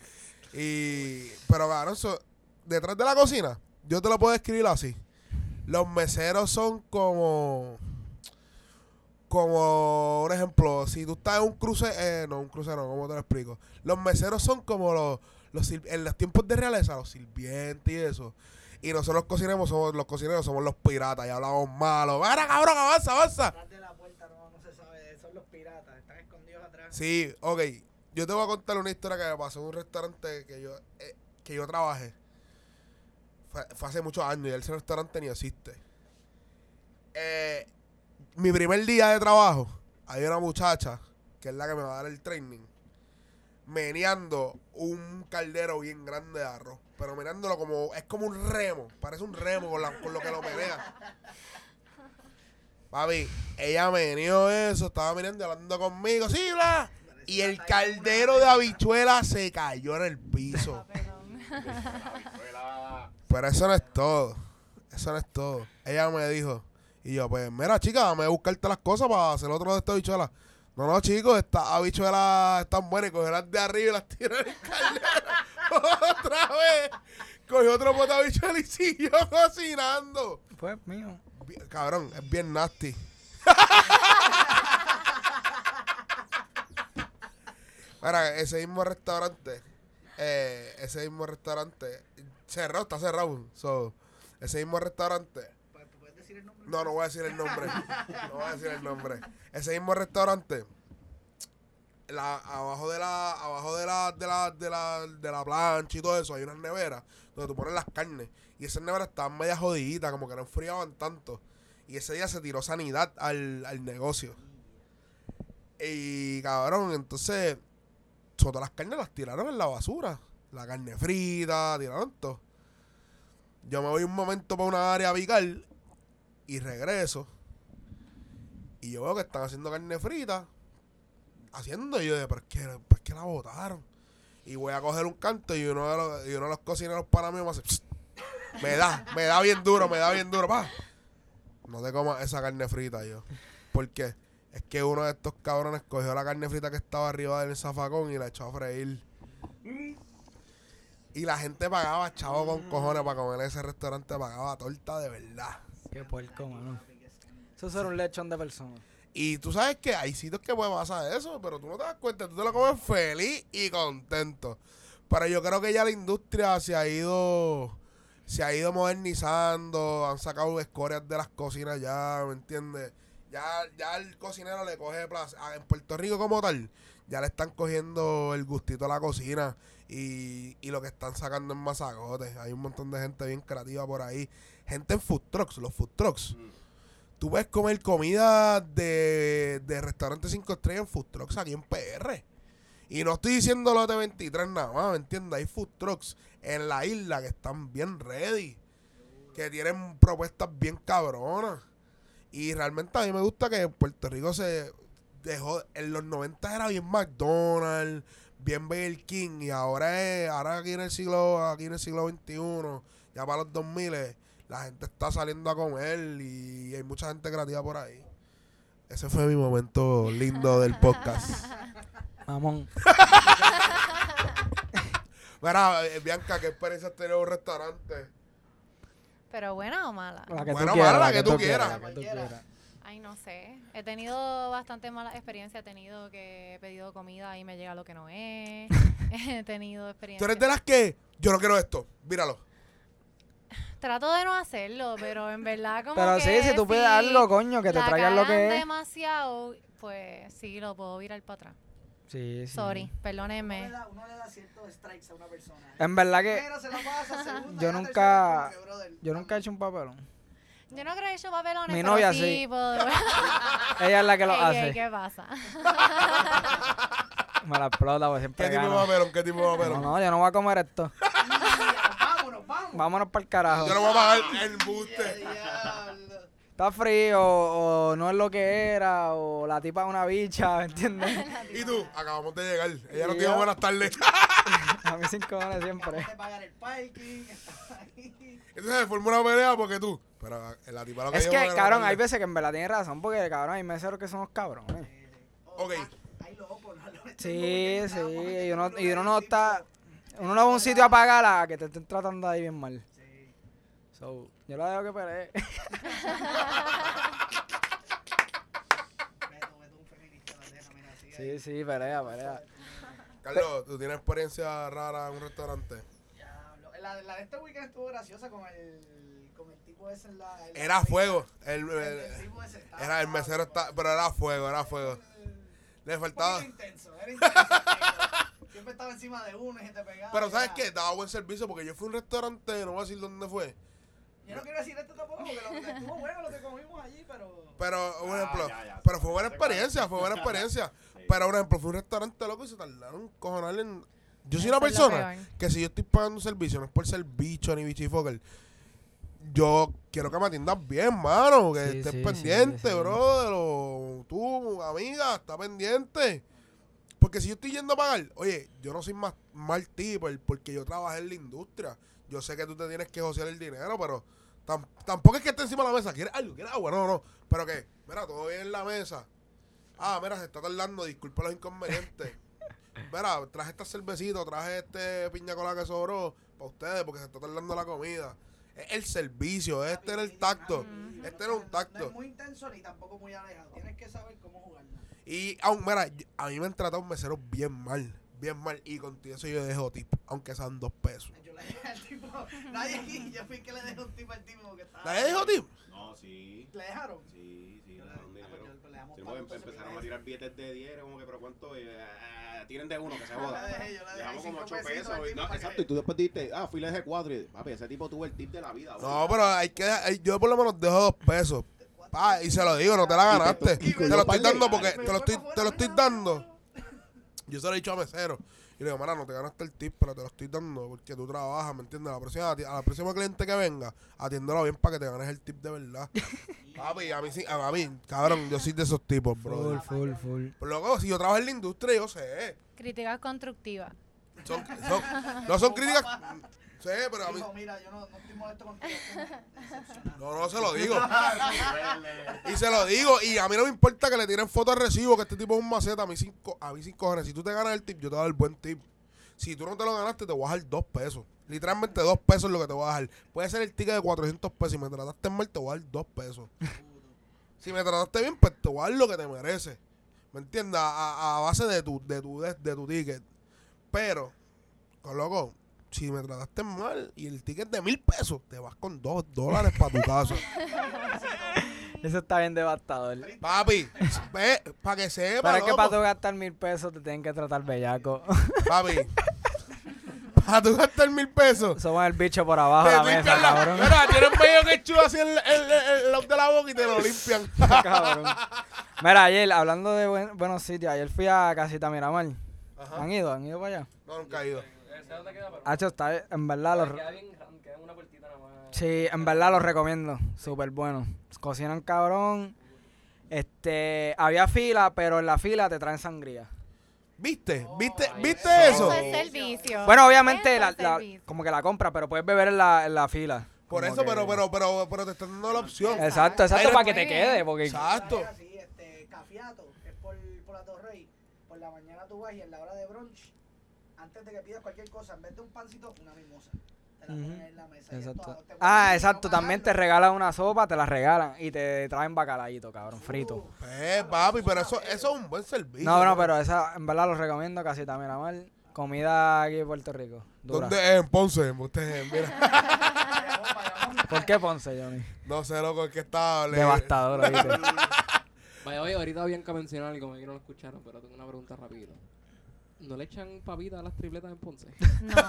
Y, pero, claro, eso, detrás de la cocina, yo te lo puedo describir así. Los meseros son como. Como un ejemplo, si tú estás en un cruce, eh, no, un crucero, ¿cómo te lo explico? Los meseros son como los, los sir- en los tiempos de realeza, los sirvientes y eso. Y nosotros los cocineros somos los cocineros, somos los piratas y hablamos malo. ¡Vara, cabrón, avanza, avanza!
Atrás de la puerta no, no se sabe. Son los piratas. Están escondidos atrás.
Sí, ok. Yo te voy a contar una historia que me pasó en un restaurante que yo. eh, que yo trabajé, fue, fue hace muchos años y ese restaurante ni existe. Eh, mi primer día de trabajo, hay una muchacha, que es la que me va a dar el training, meneando un caldero bien grande de arroz. Pero meneándolo como, es como un remo, parece un remo con, la- con lo que lo menea. Papi, ella meneó eso, estaba mirando y hablando conmigo, sí, bla. Y el caldero de habichuela se cayó en el piso.
Perdón.
Pero eso no es todo. Eso no es todo. Ella me dijo, y yo, pues, mira, chica, dame a buscarte las cosas para hacer otro de estas habichuelas. No, no, chicos, estas habichuelas están buenas. Y cogerlas de arriba y las tiran en el caldero. Otra vez. Cogió otro pote de habichuela y siguió cocinando.
Pues mío.
Bi- Cabrón, es bien nasty. Ahora, ese mismo restaurante, eh, ese mismo restaurante, cerrado, está cerrado. So, ese mismo restaurante,
Pues, ¿tú puedes decir el nombre?
no, no voy a decir el nombre. No voy a decir el nombre. Ese mismo restaurante. La, abajo de la abajo de la, de la de la de la plancha y todo eso hay unas neveras donde tú pones las carnes y esas neveras estaban media jodiditas como que no enfriaban tanto y ese día se tiró sanidad al, al negocio y cabrón entonces so, todas las carnes las tiraron en la basura la carne frita tiraron todo yo me voy un momento para una área vical y regreso. Y yo veo que están haciendo carne frita. Haciendo y yo de, ¿por qué, por qué la botaron? Y voy a coger un canto y uno de los, y uno de los cocineros para mí me hace. "Psst". Me da, me da bien duro, me da bien duro. Pa. No te comas esa carne frita yo. ¿Por qué? Es que uno de estos cabrones cogió la carne frita que estaba arriba del zafacón y la echó a freír. Y la gente pagaba chavo con cojones para comer en ese restaurante, pagaba torta de verdad.
Qué puerco, mano. Eso será un lechón de persona.
Y tú sabes que hay sitios que puede pasar eso, pero tú no te das cuenta, tú te lo comes feliz y contento. Pero yo creo que ya la industria se ha ido se ha ido modernizando, han sacado escorias de las cocinas ya, ¿me entiendes? Ya, ya el cocinero le coge placer. Ah, En Puerto Rico como tal, ya le están cogiendo el gustito a la cocina y, y lo que están sacando en masagotes. Hay un montón de gente bien creativa por ahí. Gente en food trucks, los food trucks. Tú puedes comer comida de, de restaurante 5 estrellas en food trucks aquí en PR. Y no estoy diciendo los de 23 nada más, ¿me entiendes? Hay food trucks en la isla que están bien ready, que tienen propuestas bien cabronas. Y realmente a mí me gusta que Puerto Rico se dejó, en los 90 era bien McDonald's, bien Burger King, y ahora es, ahora aquí en el siglo, aquí en el siglo XXI, ya para los 2000, la gente está saliendo a comer y hay mucha gente creativa por ahí. Ese fue mi momento lindo del podcast.
Mamón.
Mira, eh, Bianca, ¿qué experiencia has tenido en un restaurante?
Pero buena o mala.
La que
Bueno,
tú quieras.
mala, la que tú
quieras.
La que tú quieras.
Ay, no sé. He tenido bastante mala experiencia. He tenido que he pedido comida y me llega lo que no es. He tenido
Tú
experiencia.
eres de las que yo no quiero esto. Míralo.
Trato de no hacerlo, pero en verdad como
Pero sí,
que
si tú pides
si
algo, coño, que te
la
traigan lo
cagan
que es.
demasiado, pues sí, lo puedo virar para atrás.
Sí, sí.
Sorry,
Uno le
perdónenme.
da- Uno le da ciertos strikes a una persona. ¿eh?
En verdad que
Pero se la pasa segunda,
yo
ya
nunca-
tercera, es como que, brother,
yo nunca he
también.
hecho un papelón.
Yo no creo que yo papelones,
Mi
pero
novia
sí.
sí.
puedo-
Ella es la que lo
Ey, ey,
hace.
¿Qué pasa?
Me la explota, pues siempre
¿Qué tipo de
gano.
papelón? ¿Qué tipo de
No,
papelón?
no, yo no voy a comer esto.
Vámonos, vamos.
Vámonos para el carajo.
Yo no voy a pagar el buste.
Diablo.
Está frío, o no es lo que era, o la tipa es una bicha, ¿me entiendes?
Y tú, acabamos de llegar. Ella no
Y
te dijo
yo.
buenas tardes.
A mí sin cojones siempre.
Acabas de pagar el parking. estás ahí.
Entonces se formó una pelea porque tú. Pero eh, la tipa lo que
Es
dijo
que,
buenas
cabrón,
tardes.
hay veces que en verdad tienes razón, porque, cabrón, hay meseros que son unos cabrones.
Oh,
Ok.
ah, Ay, loco, no lo
Sí, sí, y uno, y uno no está... Uno no va a un sitio a pagar a que te estén tratando ahí bien mal. So, yo la dejo que pelee. Sí, sí, pelea, pelea.
Carlos, ¿tú tienes experiencia rara en un restaurante?
La, la de este weekend estuvo graciosa con el, con el tipo ese en la... en la
Era
fila.
fuego. El,
El,
el-
el tipo ese estaba-
era el mesero, está, pero era fuego, era fuego.
Un
Le
poquito
faltaba.
intenso, era intenso. Siempre estaba encima de uno y se te pegaba.
Pero ¿sabes
Era-
qué? Daba buen servicio porque yo fui a un restaurante, no voy a decir dónde fue.
Yo no quiero decir esto tampoco porque lo, estuvo bueno lo que comimos allí, pero.
Pero, un
Ah,
ejemplo,
ya, ya.
pero fue buena
Sé cuál.
experiencia, fue buena experiencia.
Sí.
Pero, por ejemplo, fue un restaurante loco y se tardaron cojonal en... Yo soy una
Eso es lo
persona
peor.
que si yo estoy pagando un servicio, no es por ser bicho ni bichifocal, yo quiero que me atiendas bien, mano, que
Sí,
estés
sí, sí,
pendiente,
sí.
brother, o tú, amiga, está pendiente. Porque si yo estoy yendo a pagar, oye, yo no soy más mal tipo porque yo trabajé en la industria. Yo sé que tú te tienes que josear el dinero, pero tam- tampoco es que esté encima de la mesa. ¿Quieres algo? ¿Quieres agua? No, no. Pero que, mira, todo bien en la mesa. Ah, mira, se está tardando, disculpa los inconvenientes. Mira, traje esta cervecita, traje este piña colada que sobró para ustedes porque se está tardando la comida. Es el servicio, es tener este el tacto.
Ujú.
Es tener un
No
tacto.
es muy intenso ni tampoco muy alejado. Tienes que saber cómo jugarlo.
Y aún, mira, yo- a mí me han tratado meseros bien mal, bien mal. Y con todo eso yo dejo tip, aunque sean dos pesos.
Yo le dejé al tipo. Nadie aquí. Yo fui que le dejé un tipo al tipo que estaba.
¿Nadie dijo tip?
No, sí.
¿Le dejaron?
Sí, sí,
Yo
le
le-
dejaron
ah, pues
dinero.
yo le damos
Sí,
tanto,
porque empe-
entonces,
empezaron
mira,
a tirar billetes de 10, era como que, pero ¿cuánto? Eh, ah, tiren de uno, que se
Yo la
joda.
dejé, yo la dejé,
Dejamos como
cinco
8
pesitos
pesos.
al
y-
tipo
no,
para que-
exacto, y tú después dijiste, ah, fui la de 4 y, papi, ese tipo tuvo el tip de la vida.
No, pero hay que dejar- yo por lo menos dejo dos pesos.
¿cuánto?
Pa, y se lo digo, no te la ganaste.
Y
Te
me-
lo estoy dando porque
Y me
te lo
fue
estoy,
pa'
te lo
fuera,
estoy
mira,
dando. Yo se lo he dicho a mesero. Y le digo, mira, no te ganaste el tip, pero te lo estoy dando porque tú trabajas, ¿me entiendes? A la próxima, a la próxima cliente que venga, atiéndelo bien para que te ganes el tip de verdad. Papi, a mí sí, a mí, cabrón, yo soy de esos tipos,
Full,
bro.
full, full.
Pero luego, si yo trabajo en la industria, yo sé.
Críticas constructivas.
Son, son- no son críticas. Sé, pero a mí.
Dijo, mira, yo no, no estoy molesto contigo. estoy decepcionado".
No, no se lo digo. Y se lo digo, y a mí no me importa que le tiren foto al recibo, que este tipo es un maceta, a mí cinco, a mí cinco cojones. Si tú te ganas el tip, yo te voy a dar el buen tip. Si tú no te lo ganaste, te voy a dejar dos pesos. Literalmente dos pesos es lo que te voy a dejar. Puede ser el ticket de 400 pesos. Si me trataste mal, te voy a dar dos pesos. Si me trataste bien, pues te voy a dar lo que te mereces. ¿Me entiendes? A, a- a base de tu, de, tu, de, de tu ticket. Pero, con loco, si me trataste mal y el ticket de mil pesos, te vas con dos dólares para tu casa.
Eso está bien devastador.
Papi, ve, para que sepa.
Pero es que
loco.
para tú gastar mil pesos te tienen que tratar bellaco.
Papi, para tú gastar mil pesos.
Somos el bicho por abajo de
te
Ah, la
limpian
mesa,
la-
cabrón.
Mira, tienen medio que chulo así en el, el, el- el de la boca y te lo limpian.
Cabrón. Mira, ayer, hablando de buen- buenos sitios, ayer fui a Casita Miramar.
Ajá.
¿Han ido? ¿Han ido para allá?
No, nunca he ido.
¿Sabes dónde queda? Pero
Hacho, está en verdad los...
queda bien, ram- queda una puertita nada más.
Sí, en verdad los recomiendo. Súper bueno. Cocinan cabrón. Este, había fila, pero en la fila te traen sangría.
¿Viste? ¿Viste?
ahí
¿Viste
está.
eso?
Eso es servicio.
Bueno, obviamente,
Eso
la,
es
la-
servicio.
como que la compra, pero puedes beber en la, en la fila.
Por
Como
eso,
que-
pero, pero, pero, pero te están dando la opción.
Exacto, exacto,
Ahí
para que
muy
te
bien.
quede, porque...
Exacto.
Así, este, cafiato, que es por, por la Torrey. Por la mañana tú vas y en la hora de brunch, antes de que pidas cualquier cosa, en vez de un pancito, una mimosa. Te la ponen
Ujú.
en la mesa. y esto,
Exacto.
te ponen
Ah,
ahí,
exacto,
no
también te
pagarlo.
regalan una sopa, te la regalan y te traen bacalayito, cabrón, frito.
Eh, papi, pero eso, eso es un buen servicio.
No, no, pero esa en verdad lo recomiendo casi también a mal. Comida aquí en Puerto Rico. Dura.
¿Dónde es? En Ponce. en- Ustedes, mira.
Pagamos, pagamos.
¿Por qué Ponce, Johnny?
No sé, loco, es que está. le-
Devastador, ¿viste?
Vaya, oye, ahorita habían que mencionar algo, me que no lo escucharon, pero tengo una pregunta rapidita. ¿No le echan papita a las tripletas en Ponce?
No, mano.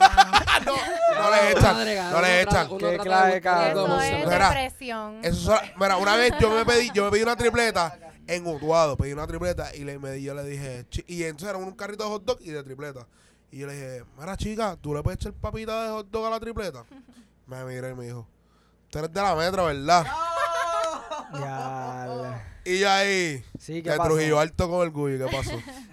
No, no le echan.
Madre,
No le
cabrón, uno trata-
echan.
uno
Qué
trata
clave,
de buscar
cabrón.
algo
Eso
dulce.
es
Mira,
depresión.
Eso sola- mira, una vez yo me pedí, yo me pedí una tripleta en Utuado, pedí una tripleta y le me di- yo le dije, chi- y entonces era un carrito de hot dog y de tripleta. Y yo le dije, mira chica, ¿tú le puedes echar papita de hot dog a la tripleta? Me miró y me dijo, tú eres de la metra, ¿verdad?
Ya, la-
Y yo ahí,
Sí, ¿qué
de
pasó?
Trujillo alto con orgullo, ¿qué pasó?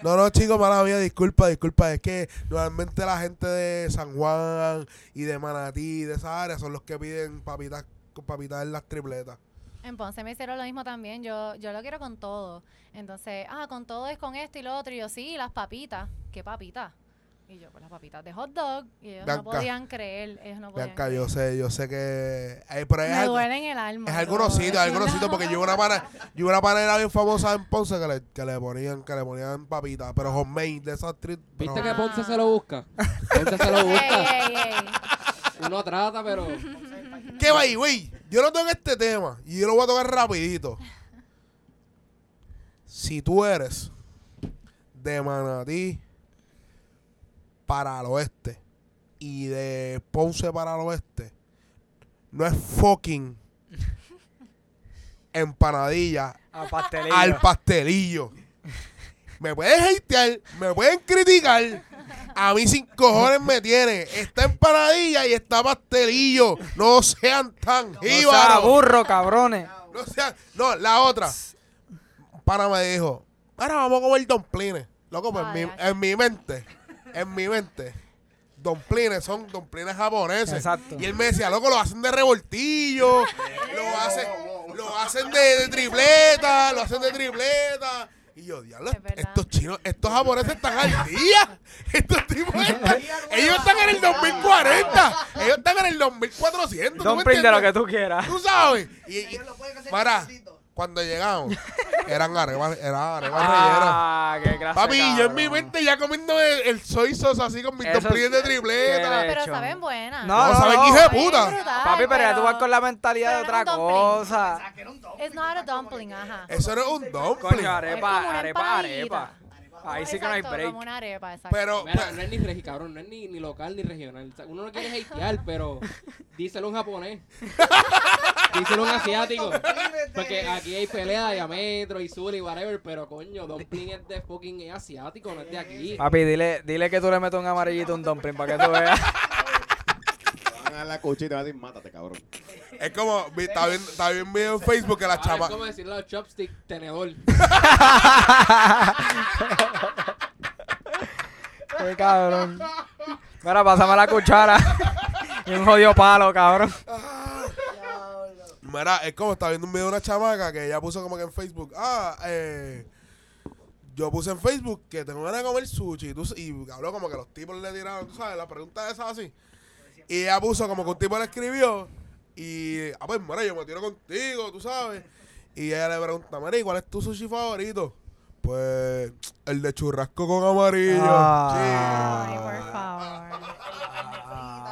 No, no, chicos, mala mía, disculpa, disculpa. Es que normalmente la gente de San Juan y de Manatí, de esa área, son los que piden papitas, papitas en las tripletas.
En Ponce me hicieron lo mismo también. Yo, yo lo quiero con todo. Entonces, ah, con todo es con esto y lo otro. Y yo, sí, las papitas. ¿Qué papitas? Y yo, pues las papitas de hot dog. Y ellos no
Bianca.
podían creer. Ellos no podían
Bianca,
creer.
yo sé, yo sé que. Hay, pero hay
Me
algo-
duele en el alma.
es algunos
bro.
sitios, algunos sitios, porque yo vi una pana, yo vi una panera bien famosa en Ponce que le, que le ponían, que le ponían papitas, pero homemade de esas tri- pero-
¿Viste que
Ah.
Ponce se lo busca? Ponce se lo
Ey,
busca.
ey, ey.
Uno trata, pero...
¿Qué va ahí, güey? Yo no toco este tema y yo lo voy a tocar rapidito. Si tú eres de Manatí, para el oeste y de Ponce para el oeste no es fucking empanadilla
Al pastelillo.
al pastelillo. Me pueden hatear, me pueden criticar. A mí sin cojones me tiene. Está empanadilla y está pastelillo. No sean tan
no sea
jíbaros.
burro, cabrones.
No sean. No, la otra. Un Pana me dijo, ahora vamos a comer domplines. Loco, pues en mi, en mi mente, en mi mente, domplines son domplines japoneses.
Exacto.
Y él me decía, loco, lo hacen de revoltillo, lo hacen, lo hacen de, de tripleta, lo hacen de tripleta. Y yo, diablo,
Es verdad.
estos chinos, estos japoneses están al día. Estos tipos están, ellos están en el 2040, ellos están en el 2400. ¿tú me
Don Print de lo que
entiendes?
tú quieras.
Tú sabes. Y, y-
Ellos lo pueden hacer
Mara,
chiquitito.
cuando llegamos, eran arepas, eran arepas rellenas.
Ah, qué gracia,
Papi, yo en
cabrón.
mi mente ya comiendo el, el soy sauce así con mis
Eso
domplines de
es-
tripleta.
de
Pero
hecho.
saben buenas.
No, no,
saben
no.
que hijo de
Saben
puta.
brutal,
Papi, pero ya tú vas con la mentalidad de
pero
otra
era un dumpling.
cosa.
Saqué un dumpling,
It's not a
tú sabes cómo
dumpling,
que-
ajá.
Eso no es un dumpling.
Coño,
Es como
arepa,
una
arepa,
empanadita.
arepa. Ahí sí que no hay
Exacto,
break.
Como una arepa, exacto.
Pero,
Mira, no es ni regi, cabrón, no es ni, ni local ni regional. O sea, uno no quiere hatear, pero díselo a un japonés. díselo a un asiático. Porque aquí hay pelea de Ametro y Zul y whatever, pero coño, Dumpling es de fucking es asiático, no es de aquí. Ah,
Papi, dile, dile que tú le metes un amarillito a un dumpling para que tú veas.
Van a la coche y te van a decir, mátate, cabrón.
es como, vi- está bien, está bien video en Facebook que las
Ahora
chamas.
es como decirle a los chopsticks, tenedor.
Qué cabrón. Mira, pásame la cuchara. Y un jodido palo, cabrón.
Diablo.
Mira, es como está viendo un video de una chamaca que ella puso como que en Facebook. Ah, eh. Yo puse en Facebook que tengo ganas de comer sushi. Y, tú- y habló como que los tipos le tiraron, tú sabes, la pregunta esa así. Y ella puso como que un tipo le escribió. Y, ah, pues, mira, yo me tiro contigo, tú sabes. Y ella le pregunta, Mari, ¿cuál es tu sushi favorito? Pues, el de churrasco con amarillo.
Ah.
Ay, por favor.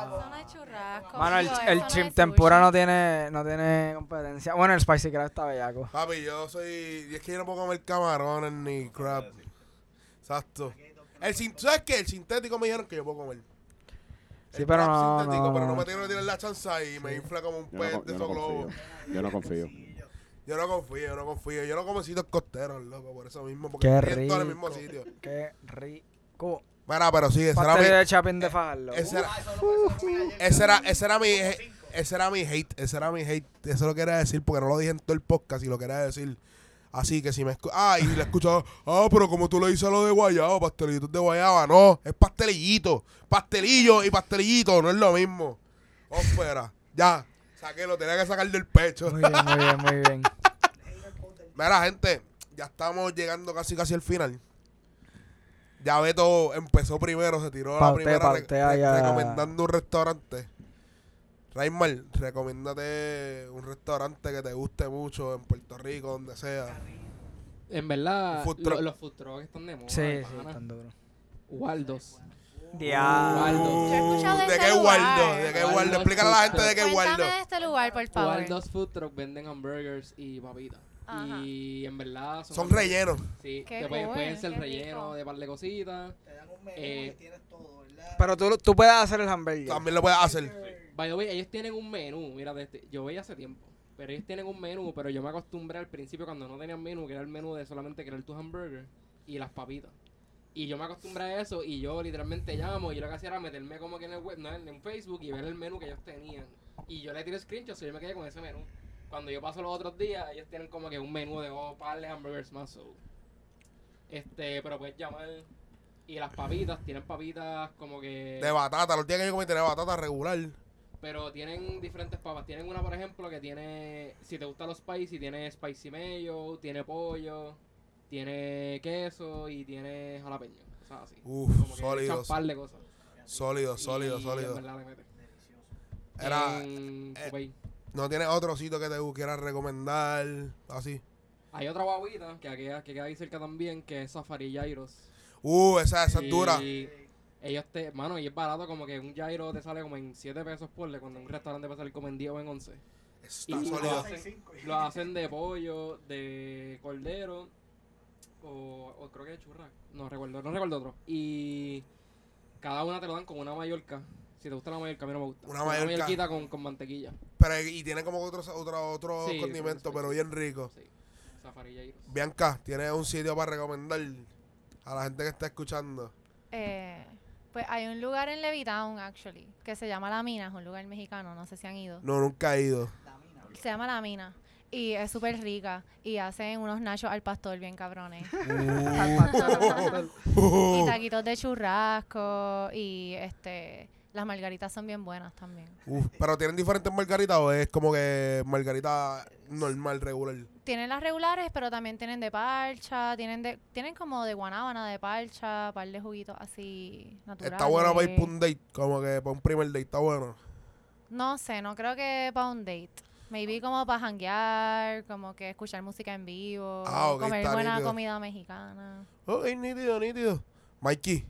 Eso no es churrasco.
Mano, el,
digo, eso
el
no
chip
es
tempura no
sushi.
tiene, no tiene competencia. Bueno, el spicy crab está bellaco.
Sí. Papi, yo soy. Y es que yo no puedo comer camarones ni crab. Exacto. El sin- ¿tú ¿Sabes qué? El sintético me dijeron que yo puedo comer.
Sí,
El
pero
crab
no,
sintético,
no,
pero
no.
no me tengo que tirar la chanza y me infla como un
Yo no,
pez
con-
de
yo
esos
no
globos.
confío. Yo no confío.
Yo no confío, yo no confío. Yo no como en sitios costeros, loco, por eso mismo. Porque
Qué
estoy en todo el mismo
rico.
sitio.
Qué rico.
Mira, pero sí, ese era
Pastel
mi.
de chapín de fajarlo.
Ese era, ese era, ese era mi. Ese era mi hate, ese era mi hate. Eso lo quería decir porque no lo dije en todo el podcast y lo quería decir. Así que si me escuchas. Ah, y le escuchaba. Ah, pero como tú le dices a lo de guayaba, pastelitos de guayaba. No, es pastelillito. Pastelillo y pastelillito, no es lo mismo. Ópera. Ya. Saqué, lo tenía que sacar del pecho.
Muy bien, muy bien, muy bien.
Mira, gente, ya estamos llegando casi casi al final. Ya Beto empezó primero, se tiró
Pautea,
la primera re-
pautea
re-
ya.
recomendando un restaurante. Raymar, recomiéndate un restaurante que te guste mucho en Puerto Rico, donde sea.
En verdad,
Food
lo-
truck.
los food trucks están de moda.
Sí, sí,
pana.
tan duro.
Waldos.
Diablo.
Yo he escuchado de
¿De
ese
qué
lugar.
Waldo? ¿De qué Waldo?
Waldo
Explícale a la gente de qué
Cuéntame
Waldo.
de este lugar, por favor.
Waldos Food Truck venden hamburgers y papitas.
Ajá.
Y en verdad son,
Son rellenos.
Sí,
Qué
te pueden,
cool,
pueden ser
qué
relleno
rico.
de par de cositas.
Te dan un menú
Eh,
y tienes todo, ¿verdad?
Pero tú, tú puedes hacer el hamburger.
También lo puedes hacer.
By the way, ellos tienen un menú, mira, desde- yo veía hace tiempo, pero ellos tienen un menú, pero yo me acostumbré al principio cuando no tenían menú, que era el menú de solamente crear tus hamburgers y las papitas. Y yo me acostumbré a eso y yo literalmente llamo y yo lo que hacía era meterme como que en el web, no, en en Facebook y ver el menú que ellos tenían. Y yo le tiro screenshots y yo me quedé con ese menú. Cuando yo paso los otros días, ellos tienen como que un menú de oh, par de hamburgers más. so. Este, pero puedes llamar. Y las papitas, tienen papitas como que...
De batata, los días que yo comí tenía batata regular.
Pero tienen diferentes papas. Tienen una, por ejemplo, que tiene. Si te gustan los spicy, tiene spicy mayo, tiene pollo, tiene queso y tiene jalapeño. Cosas así.
Uf,
Como que
sólido,
echan par de cosas.
Sólido, sólido,
Y
sólido.
en verdad le mete.
Era,
En
eh,
Cupey.
¿No tienes otro sitio que te quieras recomendar? Así.
Hay otra guaguita que, queda- que queda ahí cerca también, que es Safari Gyros.
Uh, esa, esa es
Y
dura.
Ellos te, mano, y es barato como que un gyro te sale como en 7 pesos por le, cuando en un restaurante va a salir como en 10 o en 11.
Está
y-
sólido.
Lo hacen de pollo, de cordero, o, o creo que de churrasco. No recuerdo, no recuerdo otro. Y Cada una te lo dan con una mallorca. Si te gusta la mallorca, a mí no me gusta.
Una mallorca.
mallorquita con, con mantequilla.
Pero, y tiene como otros otro, otro
Sí,
condimento,
sí, sí.
pero bien rico.
Sí. Zafarilla y
Bianca, ¿tienes un sitio para recomendar a la gente que está escuchando?
Eh, pues hay un lugar en Levittown, actually, que se llama La Mina, es un lugar mexicano, no sé si han ido.
No, nunca he ido.
La mina.
Se llama La Mina. Y es súper rica. Y hacen unos nachos al pastor bien cabrones. Uh.
Oh.
y taquitos de churrasco. Y este las margaritas son bien buenas también.
Uf, pero tienen diferentes margaritas o es como que margarita normal, regular.
Tienen las regulares, pero también tienen de parcha. Tienen de tienen como de guanábana, de parcha, par de juguitos así naturales.
Está bueno para ir para un date, como que para un primer date, está bueno.
No sé, no creo que para un date. Maybe como para janguear, como que escuchar música en vivo,
Ah, ok,
comer
está
buena
nítido.
comida mexicana.
Ok, Oh, nítido, nítido. Mikey,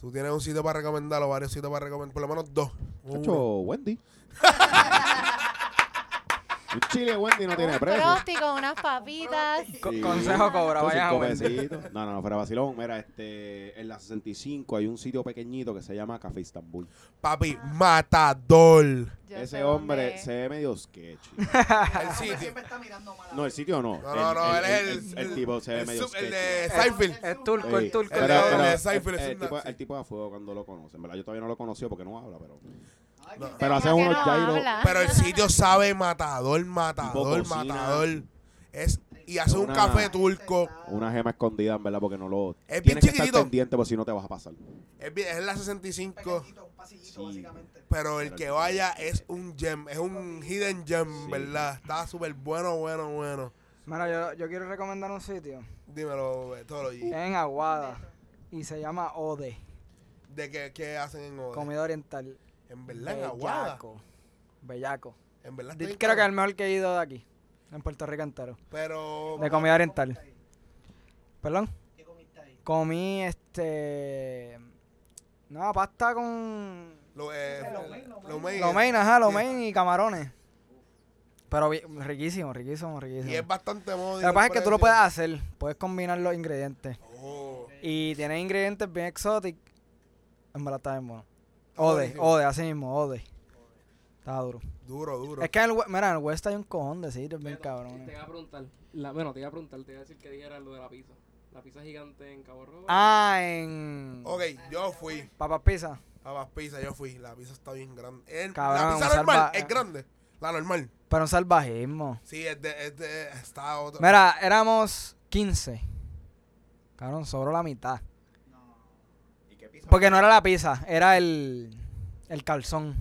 tú tienes un sitio para recomendar o varios sitios para recomendar, por lo menos dos.
Chacho,
Uno.
Wendy. Un chile Wendy no tiene
Un
precio.
prosti con unas papitas.
Co-
Sí.
Consejo cobra,
Son
vaya
cinco
a Wendy.
pesitos. No, no, no, fuera vacilón. Mira, este, en la 65 hay un sitio pequeñito que se llama Café Istanbul.
Papi, matador.
Yo sé
Ese hombre
dónde.
se ve medio sketchy.
El
Ese hombre
sitio.
siempre está mirando mal a
No, el sitio no.
No, no, no, él es
el,
el,
el tipo se ve
el
medio
sub- el
sketchy.
de
otro.
Seinfeld.
El
Es
sur,
turco,
Sí.
es turco.
El
Pero-
de-
pero
el de
el-
Seinfeld es
el
un
tipo-
nazi.
el tipo a fuego cuando lo conoce. En verdad, yo todavía no lo conocí porque no habla, pero.
Ay,
No.
que
Pero hace
¿Por qué
unos
no
gyros.
habla?
Pero el sitio sabe matador, matador,
cocina.
matador. Es, y hace un
Una-
café turco.
Una gema escondida, en verdad, porque no lo.
Es bien
tienes que estar
chiquitito.
pendiente, porque si no te vas a pasar.
Es, bien- es en la 65.
pequeñito, un pasillito,
Sí.
básicamente.
Pero el que vaya es un gem. Es un hidden gem,
Sí.
¿verdad? Está súper bueno, bueno, bueno.
Mira, yo, yo quiero recomendar un sitio
Dímelo, eh, todo lo
en Aguada y se llama Ode,
¿De qué, qué hacen en Ode?
comida oriental.
En verdad, en Aguada.
Bellaco. Bellaco.
En verdad,
eh, Di-
está bien
Creo que es el
cabrón.
mejor que he ido de aquí, en Puerto Rico entero.
Pero.
De comida oriental. Perdón.
¿Qué comiste ahí?
Comí este. No, pasta con.
Lo, eh,
Lo main, lo main.
lo main.
Lo main, ajá, lo main y camarones. Pero bi- riquísimo, riquísimo, riquísimo.
Y es bastante modo.
Lo que pasa es que tú lo puedes hacer, puedes combinar los ingredientes.
Oh.
Y tiene ingredientes bien exóticos. En verdad está bien bueno. Ode,
Buenísimo.
ode, así mismo, ode. Está duro.
Duro, duro.
Es que en el, we- mira, en el West hay un cojón de sitios bien
eh,
eh.
Te
cabrones.
iba a preguntar. La, bueno, te iba a preguntar, te iba a decir que dijera lo de la pizza. La pizza gigante en Cabo Rojo.
Ah, en.
Ok, yo fui
Papas Pizza.
a las pizzas, yo fui. La pizza está bien grande. El-
Cabrón,
la pizza
un
normal
salva-
es grande. La normal.
Pero un salvajismo.
Sí, es de, es de- está otro.
Mira, éramos 15. Cabrón, sobró la mitad.
¿Y qué piso?
Porque no era la pizza, era el, el calzón.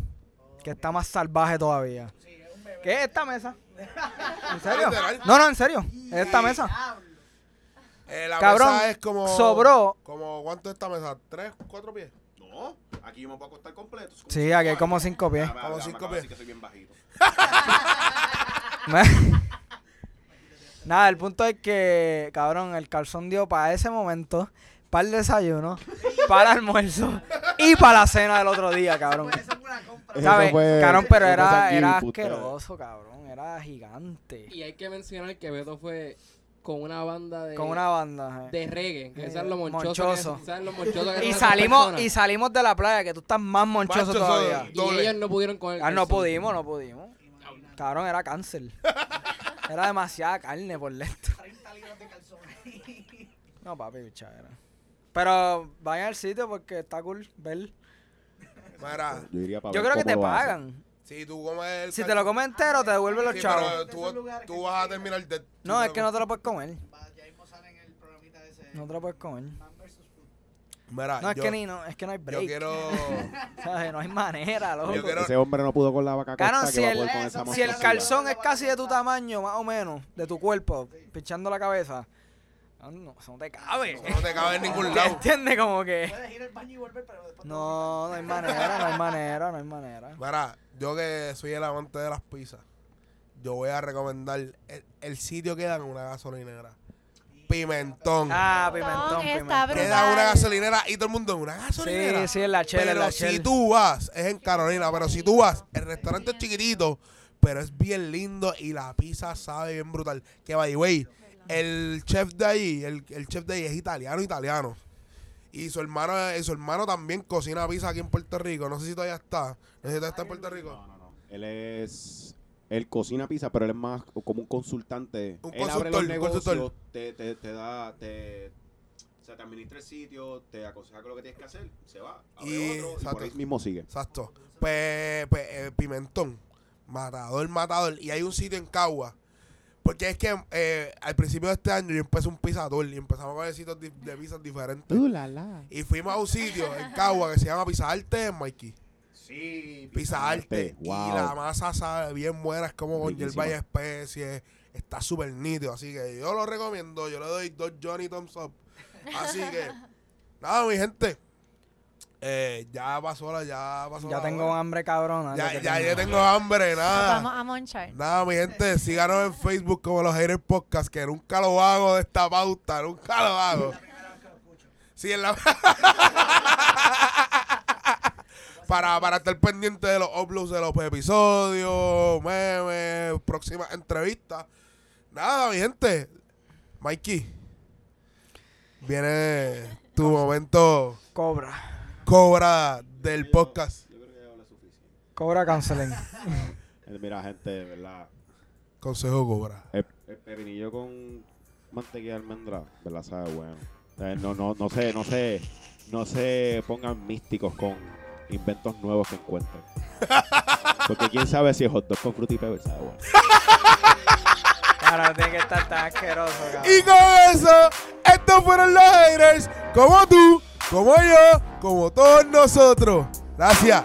Que está más salvaje todavía. ¿Qué es esta mesa? ¿En serio?
Literal.
No, no, en serio. Es esta mesa.
Ah.
Diablo.
Eh, la
Cabrón,
mesa es como.
Sobró.
Como, ¿cuánto es esta mesa? ¿Tres, cuatro pies?
No, aquí yo me puedo acostar completo. es como
Sí,
cinco
aquí hay como
años.
cinco pies.
Ah, me-
Como
me
cinco
acaba de decir
pies.
que soy bien bajito. Ah.
Nada, el punto es que, cabrón, el calzón dio para ese momento, para el desayuno, para el almuerzo y para la cena del otro día, cabrón.
Pues eso fue una compra.
Eso
¿Sabes?
fue-
Cabrón, pero
eso fue
era,
aquí,
era
puta.
asqueroso, cabrón. Era gigante.
Y hay que mencionar que Beto fue con una banda de,
Con una banda. eh.
de reggae. Que sabes lo monchoso.
Monchoso.
que- sabes lo monchoso que son
Y
esas
salimos,
personas.
y salimos de la playa, que tú estás más monchoso
Macho,
todavía.
soy-
Y
doble.
ellos no pudieron con el
Ah, no
calzón.
pudimos, no pudimos. Cabrón, era cáncer. Era demasiada carne por dentro.
30 libras de calzones.
No, papi, bichadera. Pero vayan al sitio porque está cool ver.
Mira,
Yo iría para
Yo creo que te pagan.
si tú comes el.
Si te lo comes entero, te devuelven los
Sí,
chavos.
pero tú, tú vas a terminar de.
No, es que no te lo puedes comer.
Va, ya mismo salen el programita ese.
No te lo puedes comer.
Man versus Food.
Mira,
No,
Ah,
es
yo,
que ni, no, es que no hay
yo
break.
quiero.
¿sabes? No hay manera, loco.
Yo quiero-
Ese hombre no pudo con la vaca
Cabrón,
costa,
si
que va a
el-
poder con esa
Si el
monstruosidad.
calzón es casi de tu tamaño, más o menos, de tu cuerpo, pinchando la cabeza, ah, no, eso no te cabe.
eso no te cabe en ningún lado.
¿Entiendes? Como que.
Puedes ir al baño y volver, pero después. te
No, no hay manera, no hay manera, no hay manera.
Mira, yo que soy el amante de las pizzas, yo voy a recomendar. El, el sitio queda en una gasolinera. Pimentón.
Ah,
Pimentón
pimentón,
está
queda
pimentón.
en una
brutal.
gasolinera y todo el mundo en una gasolinera.
Sí, sí, en la chela, en
pero
la
si
chela.
tú vas, es en Carolina, pero si tú vas, el restaurante es chiquitito, pero es bien lindo y la pizza sabe bien brutal. Que by the way, el chef de ahí, el, el chef de ahí es italiano, italiano. Y su hermano, eh, su hermano también cocina pizza aquí en Puerto Rico. No sé si todavía está. No sé si todavía está en Puerto Rico.
No, no, no. Él es. Él cocina pizza, pero él es más como un consultante.
Un
él
consultor,
abre los
un
negocios,
consultor.
te, te, te da. Te, o sea, te administra el sitio, te aconseja con lo que tienes que hacer, se va. abre
Y-
otro, y
exacto.
por ahí mismo sigue.
Exacto. Pues, pues, eh, Pimentón. Matador, matador. Y hay un sitio en Cagua. Porque es que eh, al principio de este año yo empecé un pizza tour y empezamos con sitios di- de pizzas diferentes. Y fuimos a un sitio en Cagua que se llama Pizza Arte, Mikey.
Sí,
Pizza Arte.
Arte,
Y
Este, wow.
la masa sabe bien buena, es como con
Riquísima.
hierba y especies. Está súper nítido, así que yo lo recomiendo. Yo le doy dos Johnny Thumbs Up. Así que, nada, mi gente. Eh, ya pasó la, ya pasó
Ya
la
tengo
hora.
un hambre cabrona.
Ya,
lo que
ya,
tengo.
ya tengo hambre,
Vamos
nada.
a monchar.
Nada, mi gente, síganos en Facebook como los Haters Podcast, que nunca lo hago de esta pauta, nunca lo hago. Sí, en la... para, para estar pendiente de los uploads de los episodios, memes, próximas entrevistas. Nada, mi gente. Mikey, viene tu momento
Cobra.
cobra del podcast.
Yo creo que ya hablé suficiente.
Cobra canceling.
Eh, Mira, gente, de verdad.
Consejo cobra.
El, el pepinillo con mantequilla de almendra, ¿verdad? Sabe bueno. Eh, no, no, no sé, no sé. No se pongan místicos con inventos nuevos que encuentren. Porque quién sabe si el hot dog con fruta y pepper sabe bueno.
Ahora tiene que estar tan asqueroso, cabrón.
Y con eso, estos fueron los haters, como tú, como yo, como todos nosotros. Gracias.